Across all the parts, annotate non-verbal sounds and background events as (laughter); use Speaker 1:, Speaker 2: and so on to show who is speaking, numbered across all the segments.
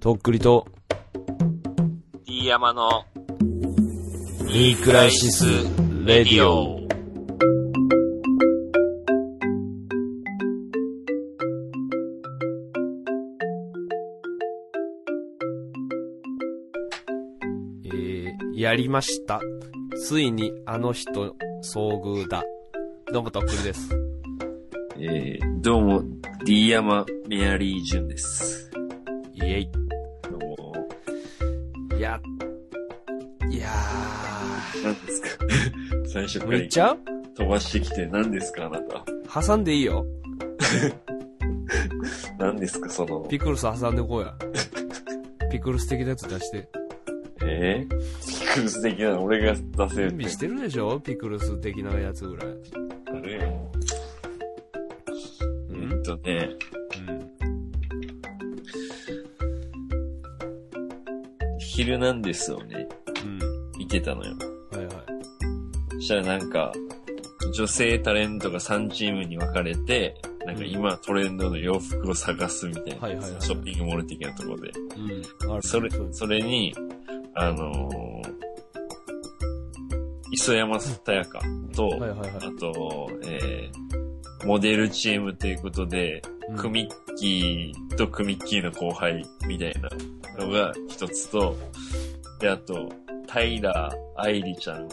Speaker 1: とっくりと、
Speaker 2: D 山の
Speaker 1: ニークライシス・レディオ。えー、やりました。ついにあの人、遭遇だ。どうもとっくりです。
Speaker 3: えー、どうも、D 山メアリージュンです。
Speaker 1: イエイ。
Speaker 3: どうも、
Speaker 1: いや、いや
Speaker 3: 何ですか (laughs) 最初
Speaker 1: ー、
Speaker 3: か
Speaker 1: もう
Speaker 3: ら
Speaker 1: いっちゃう
Speaker 3: 飛ばしてきて何ですかあなた。
Speaker 1: 挟んでいいよ。
Speaker 3: 何ですかその、
Speaker 1: ピクルス挟んで (laughs) こうや。ピクルス的なやつ出して。
Speaker 3: えー、ピクルス的なの俺が出せる
Speaker 1: 準
Speaker 3: っ
Speaker 1: 備
Speaker 3: て
Speaker 1: してるでしょピクルス的なやつぐらい。う
Speaker 3: あるよ。うんんとね、昼なんですをね、
Speaker 1: うん。
Speaker 3: 見てたのよ。
Speaker 1: はいはい。
Speaker 3: そしたらなんか、女性タレントが3チームに分かれて、なんか今トレンドの洋服を探すみたいな、
Speaker 1: はいはいはい
Speaker 3: ショッピングモール的なところで。
Speaker 1: うん。ある
Speaker 3: それ、それに、あのー磯山さたやかと、
Speaker 1: はいはいはい
Speaker 3: あ。と、えーモデルチームということで、
Speaker 1: うん
Speaker 3: クミッキーとクミッキーの後輩みたいなのが一つと、で、あと、タイラー・アイリちゃんっ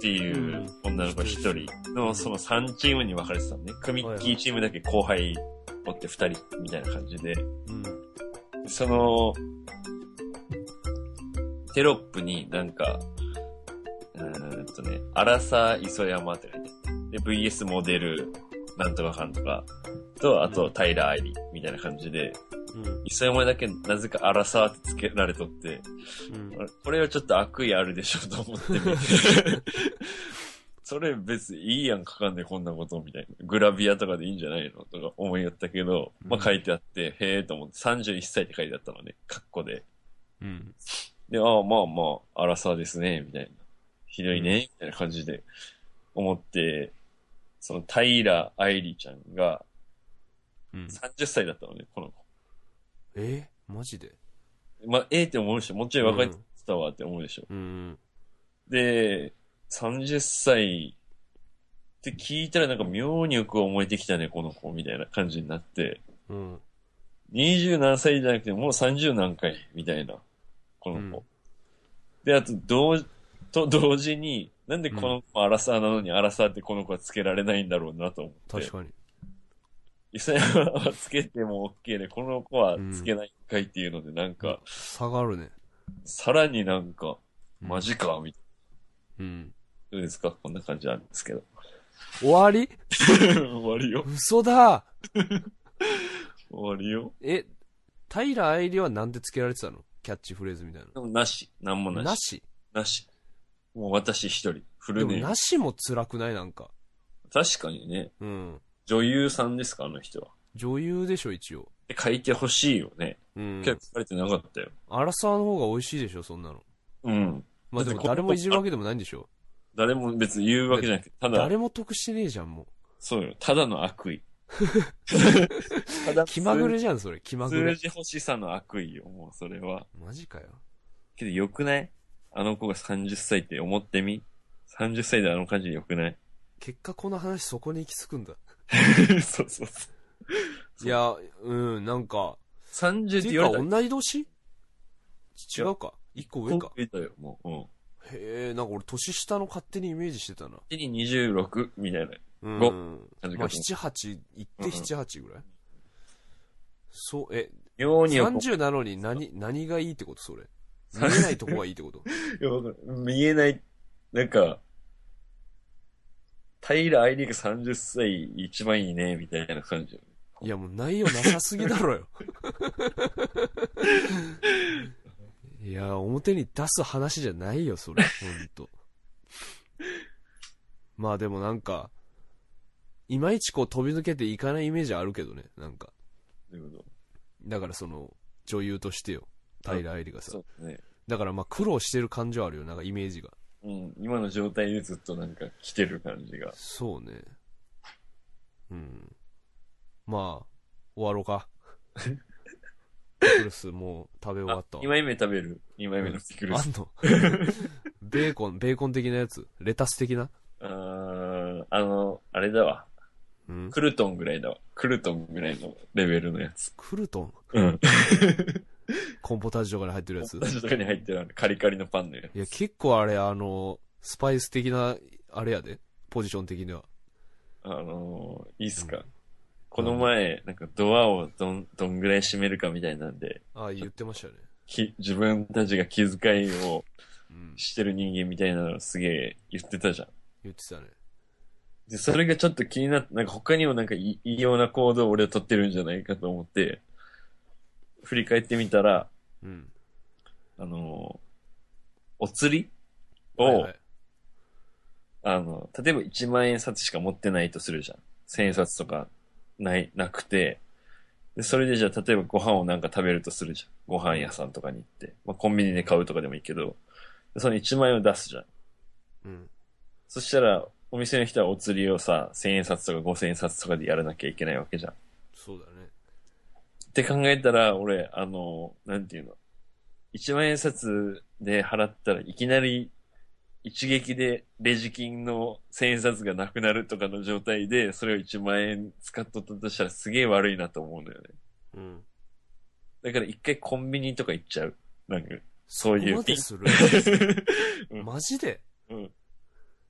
Speaker 3: ていう女の子一人の、その3チームに分かれてたのね。クミッキーチームだけ後輩おって二人みたいな感じで、
Speaker 1: うん。
Speaker 3: その、テロップになんか、うーんとね、アラサー磯山って書いてあってで、VS モデル、なんとかかんとか、と、あ
Speaker 1: う
Speaker 3: と、
Speaker 1: ん
Speaker 3: タイラー・アイリみたいな感じで、
Speaker 1: うん。
Speaker 3: 磯山だけなぜかアラサーってつけられとって、
Speaker 1: うん
Speaker 3: あれこれはちょっと悪意あるでしょと思って見て
Speaker 1: (laughs)
Speaker 3: それ別にいいやんかかんでこんなことみたいな。グラビアとかでいいんじゃないのとか思いやったけど、ま
Speaker 1: う
Speaker 3: あ
Speaker 1: ん
Speaker 3: 書いてあって、へえと思って31歳って書いてあったのね、カッコで。
Speaker 1: うん。
Speaker 3: で、ああ、まあまあ、荒さですね、みたいな。ひどいね、みたいな感じで思って、その平愛理ちゃんが
Speaker 1: うん。
Speaker 3: 30歳だったのね、この子。
Speaker 1: えマジで
Speaker 3: まあ、ええって思うでしょ。もうちろん若いって言ってたわって思うでしょ。
Speaker 1: うん。
Speaker 3: で、30歳って聞いたらなんか妙によく思えてきたね、この子、みたいな感じになって、
Speaker 1: うん。
Speaker 3: 27歳じゃなくてもう30何回、みたいな、この子。
Speaker 1: うん
Speaker 3: で、あと、同、と同時に、なんでこの子アラサーなのにアラサーってこの子はつけられないんだろうなと思って
Speaker 1: 確。かに。
Speaker 3: 磯山はつけても OK で、この子はつけないんかいっていうので、なんか、
Speaker 1: 差があるね。
Speaker 3: さらになんか、マジか、みたいな。
Speaker 1: うん。
Speaker 3: どうですかこんな感じなんですけど。 (laughs)
Speaker 1: 終わり
Speaker 3: 終わりよ。
Speaker 1: 嘘だ
Speaker 3: 終わりよ。
Speaker 1: え、タイラ愛理はなんでつけられてたのキャッチフレーズみたい
Speaker 3: でもなし。なんも
Speaker 1: な。
Speaker 3: なし。
Speaker 1: なし
Speaker 3: なしもう私一人。フ
Speaker 1: で
Speaker 3: ル
Speaker 1: も
Speaker 3: ネーム
Speaker 1: な。しも辛くないなんか。
Speaker 3: 確かにね。
Speaker 1: うん。
Speaker 3: 女優さんですかあの人は。
Speaker 1: 女優でしょ、一応。
Speaker 3: で書いてほしいよね。
Speaker 1: うん。
Speaker 3: 結構書いてなかったよ。
Speaker 1: アラサーの方が美味しいでしょ、そんなの。
Speaker 3: うん。
Speaker 1: まあで
Speaker 3: だ
Speaker 1: も
Speaker 3: ってこの
Speaker 1: 誰もいじるわけでもないんでしょ。
Speaker 3: 誰も別に言うわけじゃなくて、ただ、
Speaker 1: 誰も得してねえじゃん、もう。
Speaker 3: そうよ。ただの
Speaker 1: (laughs)
Speaker 3: 悪意。ただ
Speaker 1: 気まぐれじゃん、それ。気ま
Speaker 3: 数
Speaker 1: ぐれ
Speaker 3: 数。字欲しさの悪意よ。もうそれは。
Speaker 1: マジかよ。
Speaker 3: けどよくないあの子が30歳って思ってみ ?30 歳であの感じよくない (laughs)
Speaker 1: 結果この話そこに行き着くんだ。
Speaker 3: そうそうそそう
Speaker 1: いや、うん、なんか。
Speaker 3: う。30って
Speaker 1: てい
Speaker 3: 言
Speaker 1: う
Speaker 3: わ
Speaker 1: か
Speaker 3: れた
Speaker 1: 同
Speaker 3: ら、
Speaker 1: い年違
Speaker 3: 違う
Speaker 1: うか。一個上か。
Speaker 3: 言ったよ、もう。うん。
Speaker 1: へえ、なんか俺年下の勝手にイメージしてたな。
Speaker 3: 次に26みたいな
Speaker 1: うん。
Speaker 3: ご
Speaker 1: まあ、7、8、行って7、8ぐらい、そう、え、
Speaker 3: 妙によく
Speaker 1: 30なのに何、何がいいってことそれ。見えないとこがいいってこと
Speaker 3: いやわかる見えない、なんか、平愛理が30歳一番いいね、みたいな感じ。
Speaker 1: いや、もう内容なさすぎだろよ。 (laughs) いや、表に出す話じゃないよ、それ。ほんと。まあでもなんか、いまいちこう飛び抜けていかないイメージあるけどね、なんか。
Speaker 3: ということ
Speaker 1: だからその、女優としてよ。平愛理がさ
Speaker 3: そ。うだね。
Speaker 1: だからまあ苦労してる感じはあるよ、なんかイメージが。
Speaker 3: うん、今の状態でずっとなんか来てる感じが。
Speaker 1: そうね。
Speaker 3: (laughs)
Speaker 1: うん。まあ、終わろうか。クルスもう食べ終わ
Speaker 3: あ
Speaker 1: ったわ。
Speaker 3: 今夢食べる今夢のピクル
Speaker 1: あ
Speaker 3: ス。
Speaker 1: んの
Speaker 3: (laughs)
Speaker 1: ベーコン、ベーコン的なやつレタス的な
Speaker 3: うーんあの、あれだわ。
Speaker 1: うん。
Speaker 3: クルトンぐらいだわ。クルトンぐらいのレベルのやつ。
Speaker 1: クルトン
Speaker 3: うん。
Speaker 1: コンポタージュとかに入ってるやつ
Speaker 3: 私とかに入ってるあのカリカリのパンのやつ。
Speaker 1: いや、結構あれ、あの、スパイス的な、あれやで。ポジション的には。
Speaker 3: あのーいいっすか。この前、なんかドアをどん、どんぐらい閉めるかみたいなんで、
Speaker 1: ああ、言ってましたよね。
Speaker 3: き自分たちが気遣いを
Speaker 1: うん。
Speaker 3: してる人間みたいなのすげえ言ってたじゃん。
Speaker 1: 言ってたね。
Speaker 3: で、それがちょっと気になって、なんか他にもなんかい異様な行動を俺は取ってるんじゃないかと思って、振り返ってみたら、
Speaker 1: うん。
Speaker 3: あのーお釣りを、
Speaker 1: はいはい
Speaker 3: あの、例えば1万円札しか持ってないとするじゃん。1000円札とかない、なくて。で、それでじゃあ、例えばご飯をなんか食べるとするじゃん。ご飯屋さんとかに行って。まあ、コンビニで買うとかでもいいけど、でその1万円を出すじゃん。
Speaker 1: うん。
Speaker 3: そしたら、お店の人はお釣りをさ、1000円札とか5000円札とかでやらなきゃいけないわけじゃん。っ
Speaker 1: そうだね。
Speaker 3: て考えたら、俺、あの、なんていうの。1万円札で払ったらいきなり一撃でレジ金の千円札がなくなるとかの状態で、それを1万円使っとったとしたらすげえ悪いなと思うんだよね。
Speaker 1: うん。
Speaker 3: だから一回コンビニとか行っちゃう。なんか、そういう
Speaker 1: ここまでする
Speaker 3: (laughs) うん
Speaker 1: マジで
Speaker 3: うん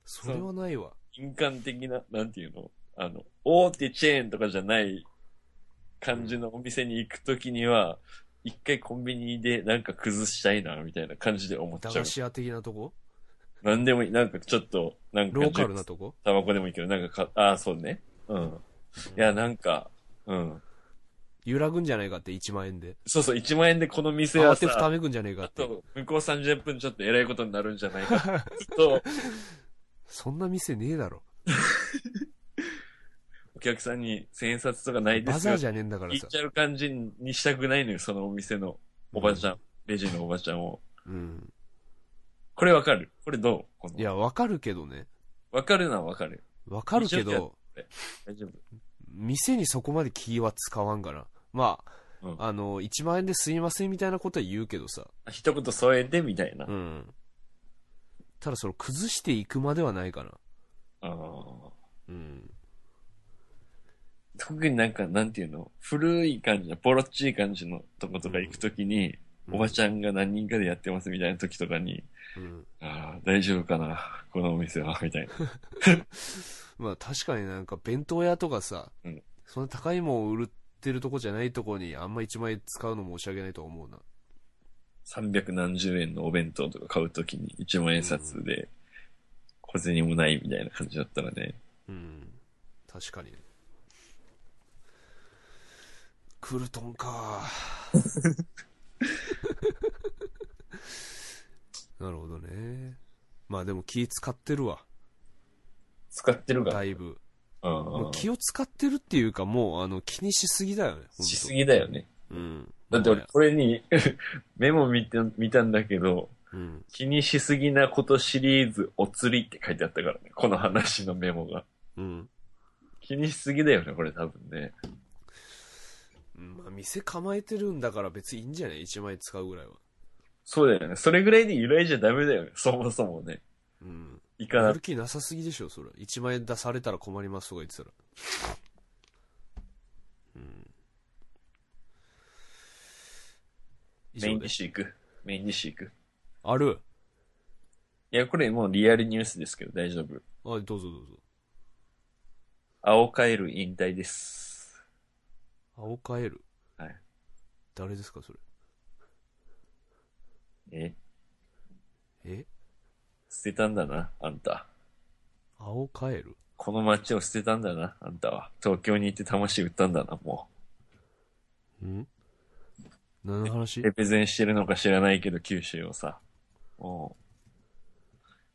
Speaker 1: それはないわ。
Speaker 3: 敏感的な、なんていうのあの、大手チェーンとかじゃない感じのお店に行くときには、一回コンビニでなんか崩したいな、みたいな感じで思っ
Speaker 1: 駄
Speaker 3: ちゃう
Speaker 1: 菓。子屋的なとこ
Speaker 3: なんでもいい。なんかちょっと、なんか、
Speaker 1: ローカルなとこ
Speaker 3: タバコでもいいけど、なんかか、ああ、そうね。うん。いや、なんか、うん。
Speaker 1: 揺らぐんじゃないかって1万円で。
Speaker 3: そうそう、1万円でこの店は
Speaker 1: 慌
Speaker 3: さ
Speaker 1: て、ふためくんじゃねえかっ
Speaker 3: あ
Speaker 1: て。
Speaker 3: と、向こう30分ちょっと偉いことになるんじゃな
Speaker 1: (laughs)
Speaker 3: いか。と、
Speaker 1: そんな店ねえだろ。
Speaker 3: お客さんに千円札とかないで
Speaker 1: バ
Speaker 3: す
Speaker 1: ザー
Speaker 3: よ。
Speaker 1: じゃねえんだから
Speaker 3: 言っ
Speaker 1: さ。
Speaker 3: ちゃう感じにしたくないのよ、そのお店のおばちゃん、レジのおばちゃんを。
Speaker 1: うん。
Speaker 3: これわかるこれどうこの
Speaker 1: いや、わかるけどね。
Speaker 3: わかるのはわかる。
Speaker 1: わかるけ
Speaker 3: 一緒じ
Speaker 1: ど、
Speaker 3: 大丈夫。
Speaker 1: 店にそこまで気は使わんから。まあ、
Speaker 3: うん
Speaker 1: あの、1万円ですいませんみたいなことは言うけどさ。
Speaker 3: あ一言添えてみたいな。
Speaker 1: うん。ただその崩していくまではないかな。
Speaker 3: あー
Speaker 1: うん。
Speaker 3: 特になんか、なんていうの古い感じの、ボロっちい感じのとことか行くときに、おばちゃんが何人かでやってますみたいな時とかに、
Speaker 1: うん。
Speaker 3: ああ、大丈夫かなこのお店は、みたいな。
Speaker 1: まあ確かになんか弁当屋とかさ、
Speaker 3: うん
Speaker 1: そんな高いもんを売ってるとこじゃないとこにあんま1万円使うの申し訳ないとは思うな。
Speaker 3: 三百何十円のお弁当とか買うときに、一万円札で、小銭もないみたいな感じだったらね。
Speaker 1: うん。確かに。クルトンか。
Speaker 3: (laughs)
Speaker 1: なるほどね。まあでも気使ってるわ。
Speaker 3: 使ってるか
Speaker 1: だいぶ。
Speaker 3: うん
Speaker 1: もう。気を使ってるっていうかもうあの気にしすぎだよね。ほんと
Speaker 3: しすぎだよね。
Speaker 1: うん。
Speaker 3: だって俺、これに (laughs) メモ見て、見たんだけど、
Speaker 1: うん。
Speaker 3: 気にしすぎなことシリーズお釣りって書いてあったからね。この話のメモが。
Speaker 1: うん。
Speaker 3: 気にしすぎだよね、これ多分ね。
Speaker 1: まあ、店構えてるんだから別にいいんじゃない ?1 万円使うぐらいは。
Speaker 3: そうだよね。それぐらいで由来じゃダメだよね。そもそもね。
Speaker 1: うん。
Speaker 3: いか
Speaker 1: や
Speaker 3: な
Speaker 1: る。気なさすぎでしょ、それ。1万円出されたら困りますとか言ってたら。うん。以
Speaker 3: メイ
Speaker 1: 上
Speaker 3: ンディ
Speaker 1: で
Speaker 3: ッ。シュ行く。メインディッシュ行く。
Speaker 1: ある
Speaker 3: いや、これもうリアルニュースですけど大丈夫。
Speaker 1: あ、どうぞどうぞ。
Speaker 3: 青カエル引退です。
Speaker 1: 青カエル。
Speaker 3: はい。
Speaker 1: 誰ですか、それ。
Speaker 3: え
Speaker 1: え
Speaker 3: 捨てたんだな、あんた。
Speaker 1: 青カエル
Speaker 3: この街を捨てたんだな、あんたは。東京に行って魂売ったんだな、も
Speaker 1: ん何の話
Speaker 3: う。レペゼンしてるのか知らないけど、九州をさ。もう。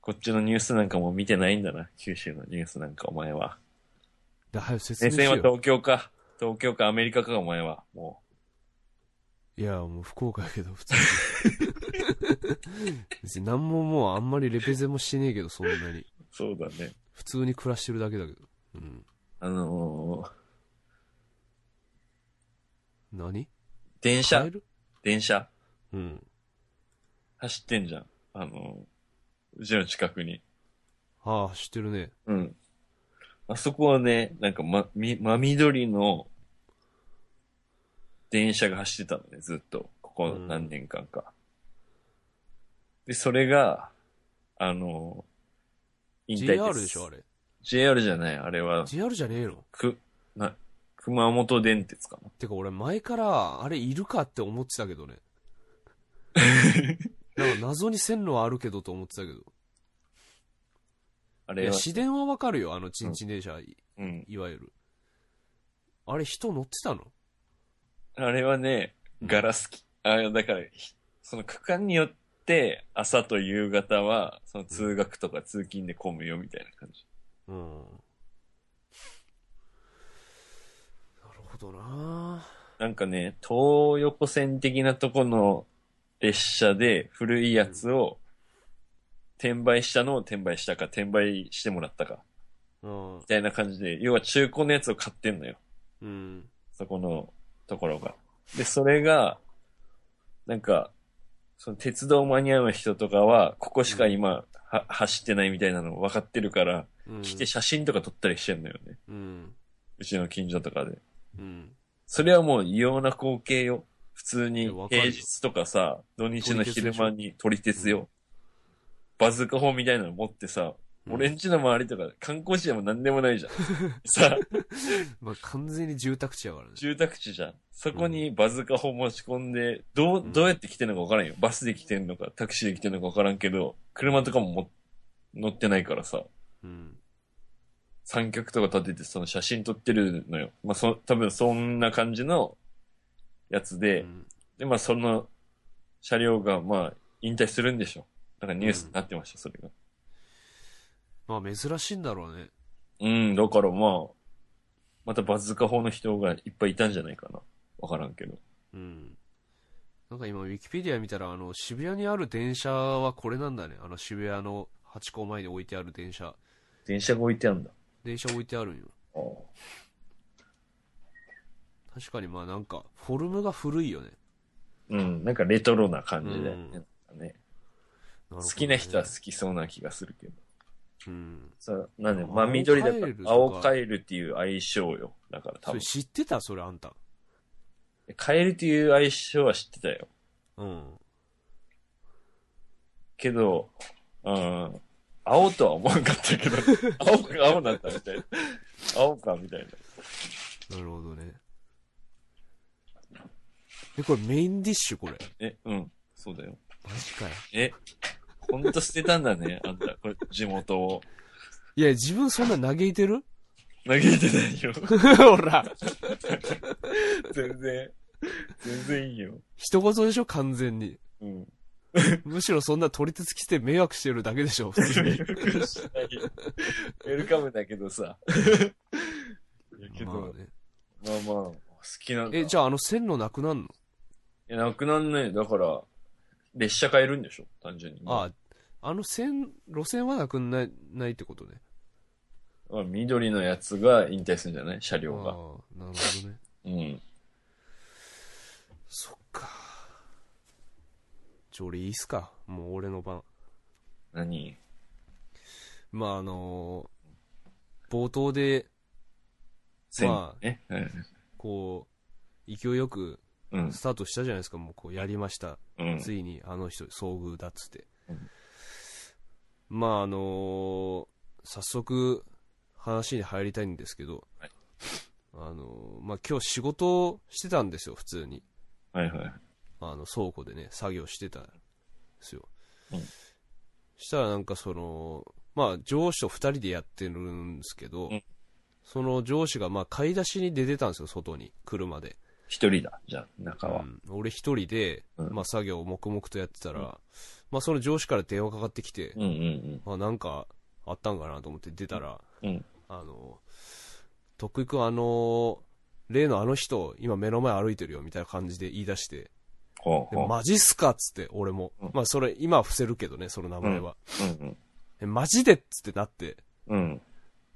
Speaker 3: こっちのニュースなんかもう見てないんだな、九州のニュースなんかお前は。
Speaker 1: だ、早く説
Speaker 3: 目
Speaker 1: 明し
Speaker 3: 線は
Speaker 1: よ
Speaker 3: 東京か。東京かアメリカか、お前は。もう。
Speaker 1: う。いや、もう福岡やけど、普通
Speaker 3: (laughs)
Speaker 1: に。別に何ももうあんまりレペゼンもしてねえけど、そんなに。
Speaker 3: そうだね。
Speaker 1: 普通に暮らしてるだけだけど。うん。
Speaker 3: あのー、
Speaker 1: 何
Speaker 3: 電
Speaker 1: カ
Speaker 3: 車
Speaker 1: エ、ル
Speaker 3: 電車
Speaker 1: うん。
Speaker 3: 走ってんじゃん。あの、うちの近くに。
Speaker 1: ああ、知ってるね。
Speaker 3: うん。あそこはね、なんかま、み、真緑の電車が走ってたのね、ずっと。ここ
Speaker 1: うん
Speaker 3: 何年間か。で、それが、あの、引退
Speaker 1: JR でしょ、あれ。
Speaker 3: JR じゃない、あれは、
Speaker 1: JR じゃねえの
Speaker 3: く、な、熊本電鉄かな。
Speaker 1: てか俺前から、あれいるかって思ってたけど
Speaker 3: (laughs)
Speaker 1: ね。なんか謎に線路はあるけどと思ってたけど。
Speaker 3: あ
Speaker 1: い
Speaker 3: れ
Speaker 1: や、
Speaker 3: は、
Speaker 1: 市電はわかるよ、あの、ちんちん電車、い
Speaker 3: うん。
Speaker 1: いわゆる。あれ人乗ってたの
Speaker 3: あれはね、ガラスき、あだから、ひその区間によって、朝と夕方は、その通学とか通勤で混むよみたいな感じ。
Speaker 1: うん。なるほどな
Speaker 3: なんかね、東横線的なとこの列車で古いやつを、転売したのを転売したか、転売してもらったか、
Speaker 1: うん
Speaker 3: み。たいな感じで、要は中古のやつを買ってんのよ。
Speaker 1: うん。
Speaker 3: そこのところが。で、それが、なんか、その鉄道マニアの人とかは、ここしか今、は走ってないみたいなの分かってるから、
Speaker 1: うん
Speaker 3: 来て写真とか撮ったりしてんのよね。
Speaker 1: うん。
Speaker 3: うちの近所とかで。
Speaker 1: うん。
Speaker 3: それはもう異様な光景よ。普通
Speaker 1: い
Speaker 3: に
Speaker 1: やわかる
Speaker 3: 平
Speaker 1: よ
Speaker 3: 日とかさ、土日
Speaker 1: 撮
Speaker 3: の
Speaker 1: り鉄
Speaker 3: 昼
Speaker 1: でしょ
Speaker 3: 間に撮り鉄よ。バズーカ砲みたいなの持ってさ、俺んちの周りとか観光地でも何でもないじゃん。さ、
Speaker 1: まあ、完全に住宅地やからね。
Speaker 3: 住宅地じゃん。そこにバズーカ砲持ち込んで、どう、
Speaker 1: うん
Speaker 3: どうやって来てんのか分からんよ。バスで来てんのか、タクシーで来てんのか分からんけど、車とかもも乗ってないからさ、
Speaker 1: うん。
Speaker 3: 三脚とか立ててその写真撮ってるのよ。まあ、そ、多分そんな感じのやつ
Speaker 1: う
Speaker 3: で、
Speaker 1: ん。
Speaker 3: で、まあ、その車両が、まあ、引退するんでしょ。なんかニュースになってました、それが。
Speaker 1: まあ、珍しいんだろうね。
Speaker 3: うん、だからまあ、またバズーカ砲の人がいっぱいいたんじゃないかな。分からんけど。
Speaker 1: うん。なんか今、ウィキペディア見たら、あの、渋谷にある電車はこれなんだね。あの、渋谷のハチ公前に置いてある電車。
Speaker 3: 電車が置いてあるんだ。
Speaker 1: 電車置いてあるんよ。
Speaker 3: ああ
Speaker 1: 確かにまあなんか、フォルムが古いよね。
Speaker 3: うん、なんかレトロな感じ
Speaker 1: う
Speaker 3: で、
Speaker 1: ん
Speaker 3: なんかね
Speaker 1: なるほどね
Speaker 3: 好きな人は好きそうな気がするけど。
Speaker 1: うん。
Speaker 3: そうなんで、
Speaker 1: 青
Speaker 3: 真緑だ
Speaker 1: カ
Speaker 3: から
Speaker 1: エルと、か
Speaker 3: 青カエルっていう愛称よ。だから多
Speaker 1: それ
Speaker 3: 分。
Speaker 1: 知ってたそれあんた。
Speaker 3: カエルっていう愛称は知ってたよ。
Speaker 1: うん。
Speaker 3: けど、うん、青とは思わなかったけど、 (laughs) 青か青なんだみたいな。青かみたいな。
Speaker 1: なるほどね。え、これメインディッシュこれ。
Speaker 3: え、うん、そうだよ。
Speaker 1: マジかよ。
Speaker 3: え、ほんと捨てたんだね、あんた。これ、地元を。
Speaker 1: いや、自分そんな嘆いて
Speaker 3: (laughs)
Speaker 1: る
Speaker 3: 嘆いてないよ。 (laughs)
Speaker 1: ほら。
Speaker 3: 全然。全然いいよ。
Speaker 1: 一言でしょ完全に。
Speaker 3: うん。
Speaker 1: むしろそんな取り鉄来て迷惑してるだけでしょ普通に。
Speaker 3: 協力したいウェルカムだけどさ。い (laughs) やけど、
Speaker 1: まあね。
Speaker 3: まあまあ、好きなんだ。
Speaker 1: え、じ
Speaker 3: ゃ
Speaker 1: ゃああの線路なくなるの
Speaker 3: いや、なくなんねだから、列車変えるんでしょ単純に。
Speaker 1: ああ、あの線、路線はなくなないってことね。
Speaker 3: まあ、緑のやつが引退するんじゃない車
Speaker 1: ああ
Speaker 3: 両
Speaker 1: ー、
Speaker 3: が。
Speaker 1: なるほどね。 (laughs)
Speaker 3: うん。
Speaker 1: そっか。じゃあ俺いいっすかもう俺の番。
Speaker 3: 何
Speaker 1: まああのー冒頭で、
Speaker 3: 線
Speaker 1: まあ
Speaker 3: ね。うん
Speaker 1: こう、勢いよく
Speaker 3: うん。
Speaker 1: スタートしたじゃないですか。もうこうやりました。
Speaker 3: うん。
Speaker 1: ついにあの人遭遇だっつって
Speaker 3: うん。
Speaker 1: まああのー早速話に入りたいんですけど
Speaker 3: はい、
Speaker 1: あのーまあ今日仕事をしてたんですよ、普通に。
Speaker 3: はいはい。
Speaker 1: あの倉庫でね、作業してたんですよ。
Speaker 3: うん
Speaker 1: したらなんかその、まあ上司と二人でやってるんですけど、
Speaker 3: うん
Speaker 1: その上司がまあ買い出しに出てたんですよ、外に、車で。
Speaker 3: 一人だ。じゃあ、中は。
Speaker 1: うん俺一人で、
Speaker 3: うん
Speaker 1: まあ、作業を黙々とやってたら、
Speaker 3: うん
Speaker 1: まあ、その上司から電話かかってきて、
Speaker 3: うんうん
Speaker 1: まあ、なんかあったんかなと思って出たら、
Speaker 3: うん。うん。
Speaker 1: あの徳井君あの例のあの人今目の前歩いてるよみたいな感じで言い出して
Speaker 3: ほう
Speaker 1: で
Speaker 3: ほう。
Speaker 1: マジっすかっつって俺も、
Speaker 3: うん
Speaker 1: まあそれ今は伏せるけどねその名前は、
Speaker 3: うん
Speaker 1: えマジでっつってなって
Speaker 3: うん。うん。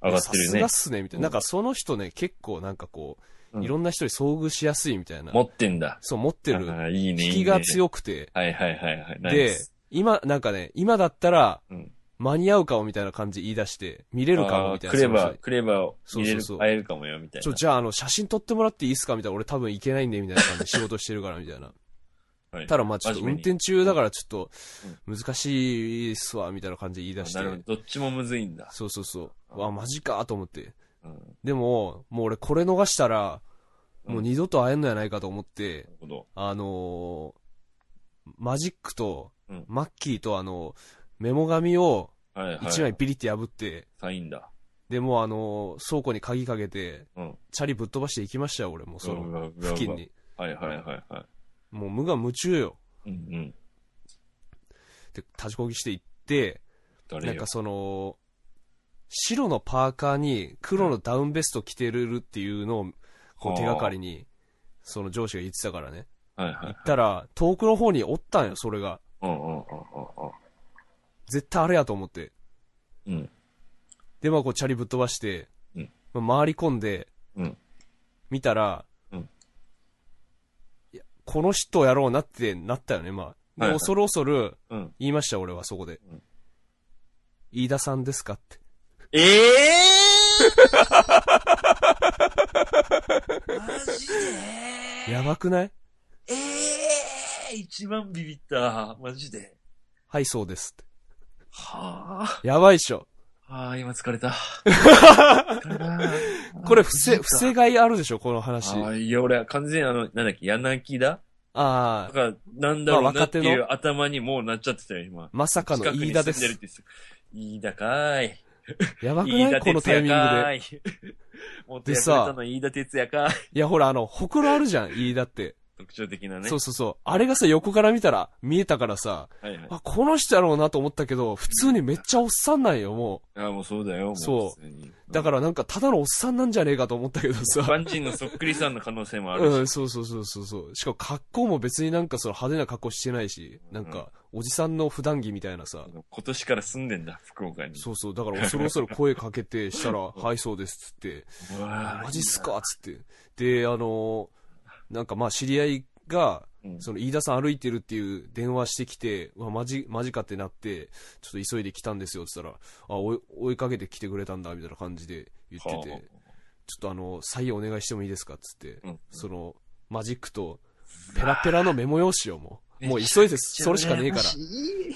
Speaker 3: 上がって
Speaker 1: さ
Speaker 3: る
Speaker 1: す
Speaker 3: ね
Speaker 1: がっ。すねみたいな、
Speaker 3: うん
Speaker 1: なんかその人ね結構なんかこう
Speaker 3: うん
Speaker 1: いろんな人に遭遇しやすいみたいな。
Speaker 3: 持ってんだ。
Speaker 1: そう、持ってる。
Speaker 3: あーいいね。
Speaker 1: 引きが
Speaker 3: い。
Speaker 1: 強くて。
Speaker 3: はいはいはいはい。ナイ
Speaker 1: で
Speaker 3: ス、
Speaker 1: 今、なんかね、今だったら
Speaker 3: うん、
Speaker 1: 間に合うかもみたいな感じ言い出して、見れるかも
Speaker 3: あ
Speaker 1: み
Speaker 3: ー
Speaker 1: たいな。
Speaker 3: クレ
Speaker 1: そ
Speaker 3: バ
Speaker 1: の
Speaker 3: ー、
Speaker 1: 人
Speaker 3: クレバーを
Speaker 1: そ
Speaker 3: 見れる、
Speaker 1: うそうそう
Speaker 3: 会えるかもよ、みたい
Speaker 1: ちょ、
Speaker 3: な。
Speaker 1: じゃあ、あの、写真撮ってもらっていいっすかみたいな。俺多分行けないんで、みたいな感じで仕事してるから、みたいな。
Speaker 3: はい
Speaker 1: ただ、まあちょっと
Speaker 3: 真面
Speaker 1: 運
Speaker 3: 目に
Speaker 1: 転中だから、ちょっと、難しいっすわ、みたいな感じで言い出して
Speaker 3: な。るほど。どっちもむずいんだ。
Speaker 1: そうそうそう。わ、マジかと思って。
Speaker 3: うん。なる
Speaker 1: でも、もう俺これ逃したら、もう二度と会えんのやないかと思って、
Speaker 3: ほど。
Speaker 1: あのーマジックと
Speaker 3: うん、
Speaker 1: マッキーとあの、メモ紙を
Speaker 3: はいはい。
Speaker 1: 一枚ピリって破って、
Speaker 3: サインだ。
Speaker 1: で、もうあのー倉庫に鍵かけて、
Speaker 3: うん
Speaker 1: チャリぶっ飛ばして行きましたよ、俺もうその、付近に。
Speaker 3: はいはいはいは
Speaker 1: もう無我夢中よ。
Speaker 3: い。うんうん。
Speaker 1: で、立ちこぎして行って、な
Speaker 3: 誰
Speaker 1: ん
Speaker 3: よ
Speaker 1: か。その、白のパーカーに黒のダウンベスト着てるっていうのを、こう手がかりに、その上司が言ってたからね。
Speaker 3: はいは
Speaker 1: 行
Speaker 3: い。
Speaker 1: ったら、遠くの方におったんよ、それが。
Speaker 3: うんうんうんうん
Speaker 1: 絶対あれやと思って。
Speaker 3: うん。うん。
Speaker 1: で、まあこうチャリぶっ飛ばして、
Speaker 3: うん
Speaker 1: まあ回り込んで、
Speaker 3: うん
Speaker 1: 見たら、
Speaker 3: うん
Speaker 1: いやこの人をやろうなってなったよね、まあ。で
Speaker 3: はいはい
Speaker 1: 恐る恐る
Speaker 3: うん。
Speaker 1: 言いました、俺はそこで。
Speaker 3: うん
Speaker 1: 飯田さんですかって。 (laughs)
Speaker 3: ええーマジで
Speaker 1: やばくない
Speaker 3: ええー、一番ビビった。マジで。
Speaker 1: はい、そうですっ
Speaker 3: はあ。
Speaker 1: て。やばいっし
Speaker 3: (laughs)
Speaker 1: ょ。
Speaker 3: ああ、今疲れた。
Speaker 1: (laughs)
Speaker 3: 疲れた
Speaker 1: これ、不正、不正
Speaker 3: が。
Speaker 1: がいあるでしょ、この話。
Speaker 3: ああ、いや、俺は完全にあの、なんだっけ、柳田
Speaker 1: あ
Speaker 3: だ
Speaker 1: あ、
Speaker 3: から、なんだろう
Speaker 1: まあ
Speaker 3: なってい
Speaker 1: 若手
Speaker 3: う頭にもうなっちゃってたよ、今。
Speaker 1: まさかの
Speaker 3: 近く
Speaker 1: 飯
Speaker 3: に
Speaker 1: 田で
Speaker 3: 住んでするっ。て言ってた飯田かーい。
Speaker 1: やばく
Speaker 3: 飯
Speaker 1: な
Speaker 3: 田
Speaker 1: いこの
Speaker 3: 哲
Speaker 1: タイミ
Speaker 3: 也
Speaker 1: ン
Speaker 3: か
Speaker 1: グで。
Speaker 3: ーい。 (laughs) 元ヤクルトの飯田哲也かーい。
Speaker 1: いや、ほら、あの、ほくろあるじゃん、飯田って。
Speaker 3: 特徴的なね。
Speaker 1: そうそうそう。あれがさ、横から見たら、見えたからさ、
Speaker 3: はいはい。
Speaker 1: あ、この人やろうなと思ったけど、普通にめっちゃおっさんなんよ、も
Speaker 3: ああ、もうそうだよ、もう。、
Speaker 1: そうう。だかららなんか、ただのおっさんなんじゃねえかと思ったけどさ。
Speaker 3: バンジンのそっくりさんの可能性もあ
Speaker 1: う
Speaker 3: る
Speaker 1: ん、
Speaker 3: し。
Speaker 1: そうそうそうそうそう。しかも格好も別になんかその派手な格好してないし、なんか、おじさんの普段着みたいなさ。
Speaker 3: 今年から住んでんだ、福岡に。
Speaker 1: そうそう、だから恐る恐る声かけて、したら、はい、そうです、つって。
Speaker 3: うわー
Speaker 1: マジっすかっつって。で、あのーなんかまあ知り合いが、
Speaker 3: うん
Speaker 1: その飯田さん歩いてるっていう電話してきて、うわ、マジ、マジかってなって、ちょっと急いで来たんですよって言ったら、あ、追い追いかけて来てくれたんだ、みたいな感じで言ってて、ち
Speaker 3: は
Speaker 1: ょっとあの、採用お願いしてもいいですかっつって、
Speaker 3: あうん
Speaker 1: その、マジックと、ペラペラのメモ用紙をもう、
Speaker 3: わ
Speaker 1: もう急い
Speaker 3: (laughs)
Speaker 1: で、それしかねえから。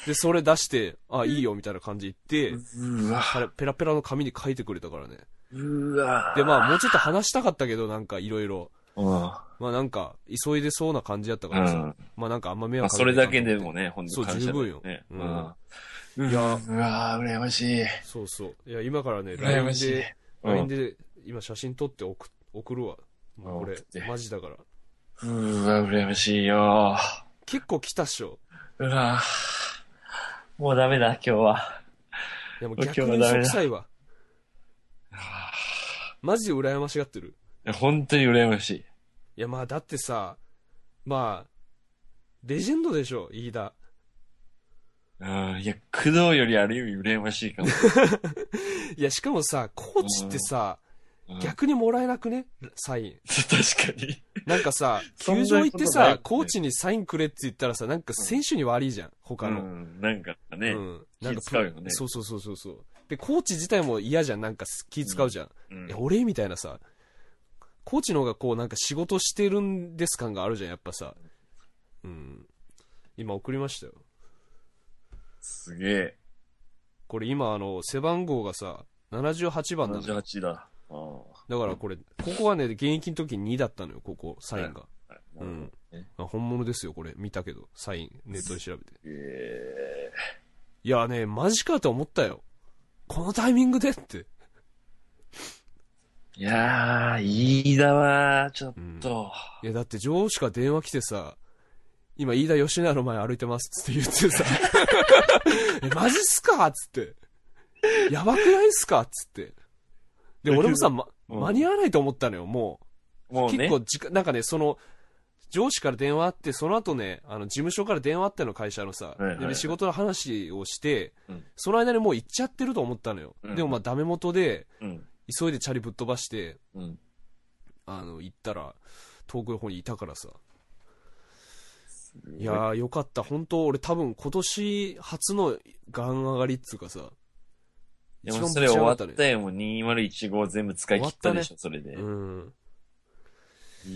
Speaker 1: で、それ出して、あ、いいよ、みたいな感じ言って、
Speaker 3: うわ
Speaker 1: あれペラペラの紙に書いてくれたからね。
Speaker 3: うわ
Speaker 1: で、まあ、もうちょっと話したかったけど、なんかいろいろ。
Speaker 3: あ、
Speaker 1: まあなんか、急いでそうな感じやった
Speaker 3: う
Speaker 1: からさ。
Speaker 3: ん。
Speaker 1: まあなんかあんま迷
Speaker 3: まあ、
Speaker 1: 惑か
Speaker 3: そ
Speaker 1: け
Speaker 3: れ
Speaker 1: てな
Speaker 3: だ
Speaker 1: い
Speaker 3: けでもね、本当
Speaker 1: そう
Speaker 3: に感謝だよね。
Speaker 1: 十分よ
Speaker 3: うん。いや、うわー、羨ましい。
Speaker 1: そうそう。いや、今からね、
Speaker 3: 羨
Speaker 1: LINE
Speaker 3: ましい
Speaker 1: で、LINE で、今写真撮って送送るわ。もうこ
Speaker 3: あ
Speaker 1: れ
Speaker 3: 送って、
Speaker 1: マジだから。
Speaker 3: うわ、羨ましいよ
Speaker 1: 結構来たっしょ。
Speaker 3: うわもうダメだ、今日は。
Speaker 1: いや、もう
Speaker 3: 今日
Speaker 1: 逆
Speaker 3: は
Speaker 1: に
Speaker 3: ダメだ
Speaker 1: 嘘くさいわ。マジで羨ましがってる。
Speaker 3: いや本当に羨ましい。
Speaker 1: いや、まあだってさ、まあ、レジェンドでしょ、飯田。
Speaker 3: うん、いや、工藤よりある意味羨ましいかも。
Speaker 1: いや、しかもさ、コーチってさ、
Speaker 3: うん
Speaker 1: 逆にもらえなくねサイン。
Speaker 3: 確かに。
Speaker 1: なんか
Speaker 3: (laughs)
Speaker 1: さ、
Speaker 3: そ
Speaker 1: 球
Speaker 3: んな
Speaker 1: 場行って
Speaker 3: ことない
Speaker 1: さ
Speaker 3: ね、
Speaker 1: コーチにサインくれって言ったらさ、なんか選手に悪いじゃん、他の。
Speaker 3: うん、なんかね、
Speaker 1: うんなんか
Speaker 3: 気使うよね
Speaker 1: そうそうそうそうそう。で、コーチ自体も嫌じゃん、なんか気使うじゃん。
Speaker 3: うん
Speaker 1: いや、俺みたいなさ、コーチの方がこう、なんか仕事してるんです感があるじゃん、やっぱさ。うん。今送りましたよ。
Speaker 3: すげえ。
Speaker 1: これ今、あの、背番号がさ、78番なの。だ
Speaker 3: 78だ。ああ。
Speaker 1: からこれ、ここはね、現役の時2だったのよ、ここ、サインが。
Speaker 3: う
Speaker 1: うんん。まあ本物ですよ、これ。見たけど、サイン、ネットで調べて。
Speaker 3: え
Speaker 1: いやね、マジかと思ったよ。このタイミングでって。
Speaker 3: ーいやー、いいだわー、ちょっ
Speaker 1: うん
Speaker 3: と。
Speaker 1: いや、だって上司から電話来てさ、今、飯田吉成の前歩いてますっつって言って
Speaker 3: (laughs)
Speaker 1: さ、え、マジっすかっつって。やばくないっすかっつって。で、俺もさ、ま、
Speaker 3: うん
Speaker 1: 間に合わないと思ったのよ、もう。
Speaker 3: もうね
Speaker 1: 結。構時間、なんかね、その、上司から電話あって、その後ね、あの、事務所から電話あったの、会社のさ、
Speaker 3: いはいはい
Speaker 1: で仕事の話をして、
Speaker 3: うん
Speaker 1: その間にもう行っちゃってると思ったのよ。
Speaker 3: うん
Speaker 1: でもまあ、ダメ元で、
Speaker 3: うん。
Speaker 1: 急いでチャリぶっ飛ばして、
Speaker 3: うん。
Speaker 1: あの、行ったら、遠くの方にいたからさ。いやー、よかった。本当俺多分今年初のガン上がりっつうかさ。
Speaker 3: でもそれ終わっ
Speaker 1: ね
Speaker 3: たよ、もう2015全部使い切ったでしょ、それで。
Speaker 1: うん。
Speaker 3: い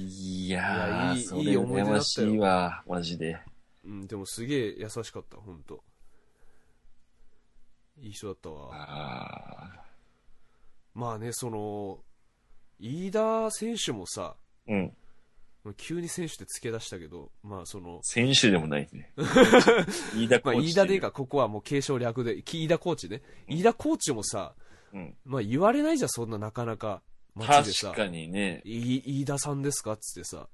Speaker 1: い
Speaker 3: や
Speaker 1: や
Speaker 3: ー、
Speaker 1: いい
Speaker 3: それ
Speaker 1: いい思い出だっ
Speaker 3: 羨
Speaker 1: たよ
Speaker 3: ましいわ、マジで。
Speaker 1: うん、でもすげえ優しかった、本当いい人だったわ。
Speaker 3: あ
Speaker 1: まあね、その、飯田選手もさ、
Speaker 3: ーうん。
Speaker 1: 急に選手って付け出したけど、まあその、
Speaker 3: 選手でもない
Speaker 1: (laughs)
Speaker 3: ね。飯田コ
Speaker 1: まあ、飯
Speaker 3: ーチっていう。
Speaker 1: 田でか、ここはもう継承略で、き飯田コーチね。飯田コーチもさ、
Speaker 3: うん。
Speaker 1: まあ言われないじゃん、そんななかなか。街でさ
Speaker 3: 確、かにね、
Speaker 1: い飯田さんですかっつってさ。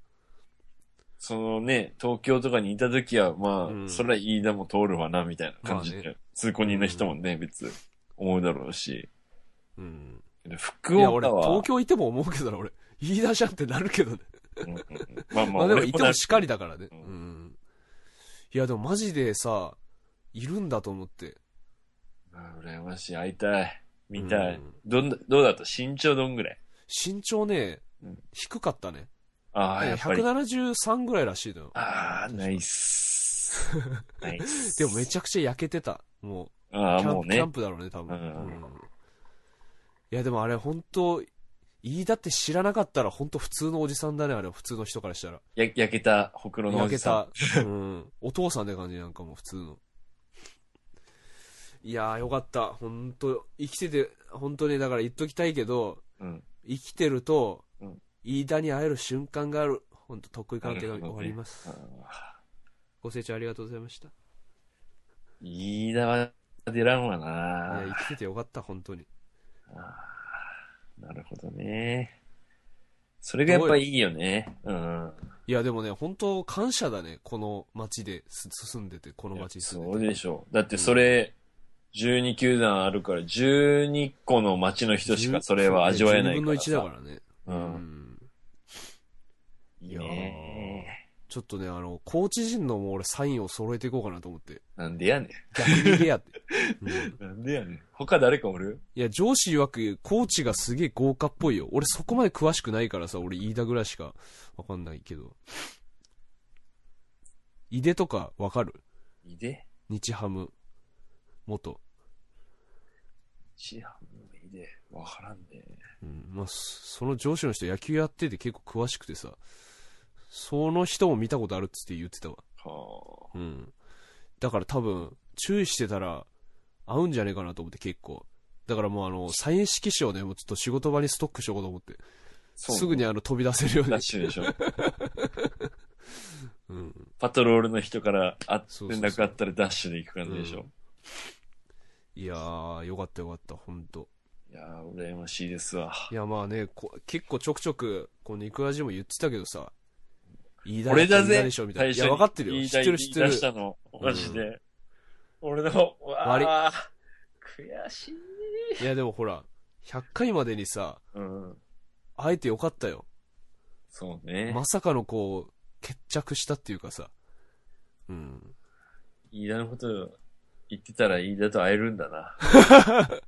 Speaker 3: そのね、東京とかにいた時は、まあ、
Speaker 1: うん
Speaker 3: それは飯田も通るわな、みたいな感じで、
Speaker 1: まあ
Speaker 3: 通行人の人もね、別、思うだろうし。
Speaker 1: うん。
Speaker 3: で
Speaker 1: い
Speaker 3: 福
Speaker 1: や、
Speaker 3: 岡
Speaker 1: 俺、
Speaker 3: は
Speaker 1: 東、京いても思うけどな、俺。 (laughs) 飯田じゃんってなるけどね。
Speaker 3: うんうんまあま
Speaker 1: ま
Speaker 3: あ、
Speaker 1: あでも、
Speaker 3: 俺
Speaker 1: いて
Speaker 3: な
Speaker 1: もしかりだからね。う
Speaker 3: うん
Speaker 1: ん。いや、でもマジでさ、いるんだと思って。
Speaker 3: あー羨ましい。会いたい。見たい。
Speaker 1: うん
Speaker 3: どんな、どうだった身長どんぐらい
Speaker 1: 身長ね
Speaker 3: うん、
Speaker 1: 低かったね。
Speaker 3: ああ、やっぱり。
Speaker 1: 173ぐらいらしいのよ。
Speaker 3: ああ、ナイ
Speaker 1: (laughs)
Speaker 3: ス。ナイス。
Speaker 1: でもめちゃくちゃ焼けてた。もう。
Speaker 3: ああ、
Speaker 1: キャン
Speaker 3: も
Speaker 1: プ
Speaker 3: う
Speaker 1: キャ
Speaker 3: ね
Speaker 1: ン。プだろうね、多分。
Speaker 3: うん
Speaker 1: うんいや、でもあれ、本当飯田って知らなかったら、本当普通のおじさんだね、あれ、普通の人からしたら。
Speaker 3: や焼けた、ほくろのお
Speaker 1: 焼
Speaker 3: じ
Speaker 1: け
Speaker 3: さ
Speaker 1: た、うん、お父さんって感じなんかも、普通の。いやー、よかった。本当生きてて、本当に、だから言っときたいけど、
Speaker 3: ん。うん。
Speaker 1: 生きてると
Speaker 3: うん、
Speaker 1: 飯田に会える瞬間がある。本当得意関係が
Speaker 3: なるほど
Speaker 1: 終
Speaker 3: ね
Speaker 1: わります。ご清聴ありがとうございました。い
Speaker 3: 飯田は出らんわな
Speaker 1: や、生きててよかった、本当に。
Speaker 3: なるほどね。それがやっぱいいよね。うん。
Speaker 1: いや、でもね、本当感謝だね。この街です進んでて、この街に住んで
Speaker 3: そ
Speaker 1: て。
Speaker 3: うでしょう。だってそれ、12球団あるから、12個の町の人しかそれは味わえない
Speaker 1: 10分
Speaker 3: か
Speaker 1: の
Speaker 3: ら
Speaker 1: 1だか
Speaker 3: さ。
Speaker 1: らね。
Speaker 3: うん
Speaker 1: ん
Speaker 3: い
Speaker 1: い
Speaker 3: い
Speaker 1: やー
Speaker 3: ね
Speaker 1: ちょっとね、あの、コーチ陣のもう俺サインを揃えていこうかなと思って。
Speaker 3: なんでやね
Speaker 1: 逆にレア
Speaker 3: (laughs)
Speaker 1: って。うんい
Speaker 3: ん。なんでやねん。他誰かおる
Speaker 1: や、上司曰く、コーチがすげえ豪華っぽいよ。俺そこまで詳しくないからさ、俺飯田ぐらいしかわかんないけど。井出とかわかる
Speaker 3: いで
Speaker 1: 日ハム。元。
Speaker 3: シハムいで。わからんね。
Speaker 1: うん、まあ、そその上司の人野球やってて結構詳しくてさ、その人も見たことあるっつって言ってたわ。
Speaker 3: は
Speaker 1: うん。だから多分、注意してたら、合うんじゃねえかなと思って結構。だからもうあの、サイン色紙をね、もうちょっと仕事場にストックしようと思って。
Speaker 3: あ。
Speaker 1: すぐにあの、飛び出せるよう
Speaker 3: ラ
Speaker 1: に
Speaker 3: ッ。シュでしょ。
Speaker 1: うん。
Speaker 3: パトロールの人からあ
Speaker 1: そうそうそう
Speaker 3: 連絡あったらダッシュで行く感じでしょ。
Speaker 1: いやー、よかったよかった、ほんと。
Speaker 3: いやー、羨ましいですわ。
Speaker 1: いやまあね、こ結構ちょくちょく、こう、肉味も言ってたけどさ、飯田
Speaker 3: 俺だ
Speaker 1: 飯田
Speaker 3: ぜ
Speaker 1: でしょ、みたいな。い
Speaker 3: 最初に
Speaker 1: や、わかってる
Speaker 3: 言
Speaker 1: よ。
Speaker 3: い
Speaker 1: 知
Speaker 3: た
Speaker 1: っ
Speaker 3: い
Speaker 1: てる知って
Speaker 3: 言い
Speaker 1: る
Speaker 3: 出し。たの、マジで。俺の、
Speaker 1: 悪い
Speaker 3: わあ悔しい。
Speaker 1: いやでもほら、100回までにさ、
Speaker 3: うん。
Speaker 1: 会えてよかったよ。
Speaker 3: そうね。
Speaker 1: まさかのこう、決着したっていうかさ。うん。
Speaker 3: 飯田のこと言ってたら飯田と会えるん
Speaker 1: (laughs)
Speaker 3: だな。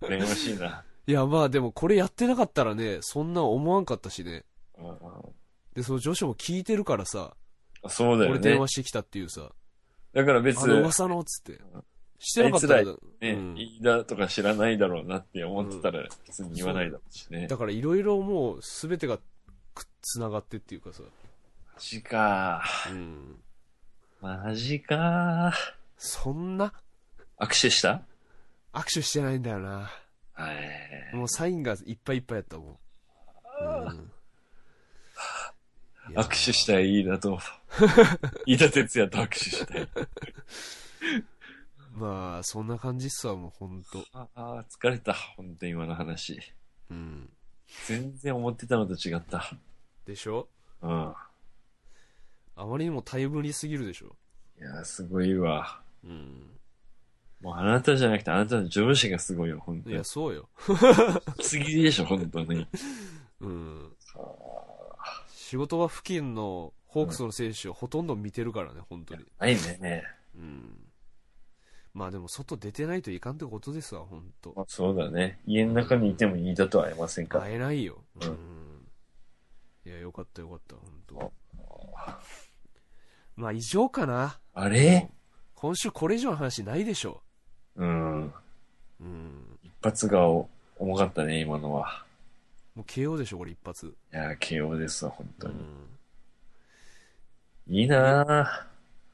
Speaker 3: 羨ましいな。
Speaker 1: いや、まあでもこれやってなかったらね、そんな思わんかったしね。
Speaker 3: うん
Speaker 1: で、その女子も聞いてるからさ、
Speaker 3: あそうだよ
Speaker 1: 俺
Speaker 3: ね
Speaker 1: 電。話してきたっていうさ、
Speaker 3: だから別
Speaker 1: あ
Speaker 3: に、
Speaker 1: の
Speaker 3: ね、
Speaker 1: 噂のっつって。してなかったら、
Speaker 3: あいつ
Speaker 1: ね
Speaker 3: 飯田とか知らないだろうなって思ってたら、普通に言わないだろうしね。
Speaker 1: だからいろいろもう全てがくっつながってっていうかさ、
Speaker 3: マジか
Speaker 1: うん。
Speaker 3: マジか
Speaker 1: そんな
Speaker 3: 握手した
Speaker 1: 握手してないんだよな。
Speaker 3: はい。
Speaker 1: もうサインがいっぱいいっぱいやったもん。うんいや
Speaker 3: 握手したい飯田 (laughs) と、飯田哲也と握手したい。
Speaker 1: まあ、そんな感じっすわ、もうほんと。
Speaker 3: ああ、疲れた。本当に今の話。
Speaker 1: うん。
Speaker 3: 全然思ってたのと違った。
Speaker 1: でしょ
Speaker 3: うん。
Speaker 1: あまりにもタイムリーすぎるでしょ。
Speaker 3: いやー、すごいわ。
Speaker 1: うん。
Speaker 3: もうあなたじゃなくて、あなたの上司がすごいよ、本当
Speaker 1: い
Speaker 3: に。
Speaker 1: や、そうよ。
Speaker 3: 次でしょ、本当に。
Speaker 1: うん。仕事場付近のホークスの選手をほとんど見てるからね、本当に。
Speaker 3: ないね。
Speaker 1: うん。まあでも、外出てないといかんってことですわ、本当
Speaker 3: まあ、そうだね。家の中にいても飯田とは会えませんから。
Speaker 1: 会えないよ。う
Speaker 3: うん
Speaker 1: ん。いや、よかったよかった、本当まあ、以上かな。
Speaker 3: あれ
Speaker 1: 今週これ以上の話ないでしょ
Speaker 3: うん。
Speaker 1: う。うん。
Speaker 3: 一発が重かったね、今のは。
Speaker 1: もう KO でしょ、これ一発。
Speaker 3: いやー、慶応ですわ、本当
Speaker 1: う
Speaker 3: に。
Speaker 1: ん。
Speaker 3: いいな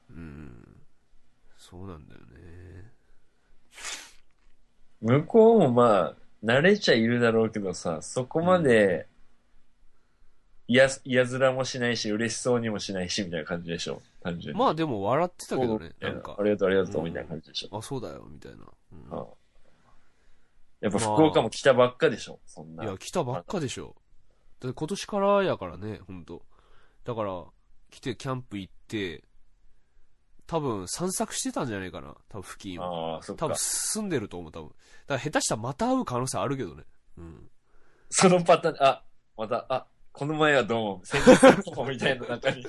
Speaker 1: うん。そうなんだよね。
Speaker 3: ー向こうもまあ、慣れちゃいるだろうけどさ、そこまで、いや、いやずらもしないし、嬉しそうにもしないし、みたいな感じでしょ、単純に。
Speaker 1: まあ、でも笑ってたけどね、
Speaker 3: そ
Speaker 1: な
Speaker 3: うん
Speaker 1: か
Speaker 3: あ。りがとう、ありがと
Speaker 1: う
Speaker 3: う、
Speaker 1: ん
Speaker 3: みたいな感じでしょ。
Speaker 1: あ、そうだよ、みたいな。うん
Speaker 3: うんやっぱ福岡も来たばっかでしょ、そんな。
Speaker 1: いや、来たばっかでしょ。だって今年からやからね、ほんと。だから、来てキャンプ行って、多分散策してたんじゃないかな、多分付近を。
Speaker 3: ああ、そっ
Speaker 1: 多分
Speaker 3: か。
Speaker 1: 住んでると思う、多分。だから下手したらまた会う可能性あるけどね。うん。
Speaker 3: そのパターン、あ、また、あ、この前はどうも、先日どうもみたいな中に。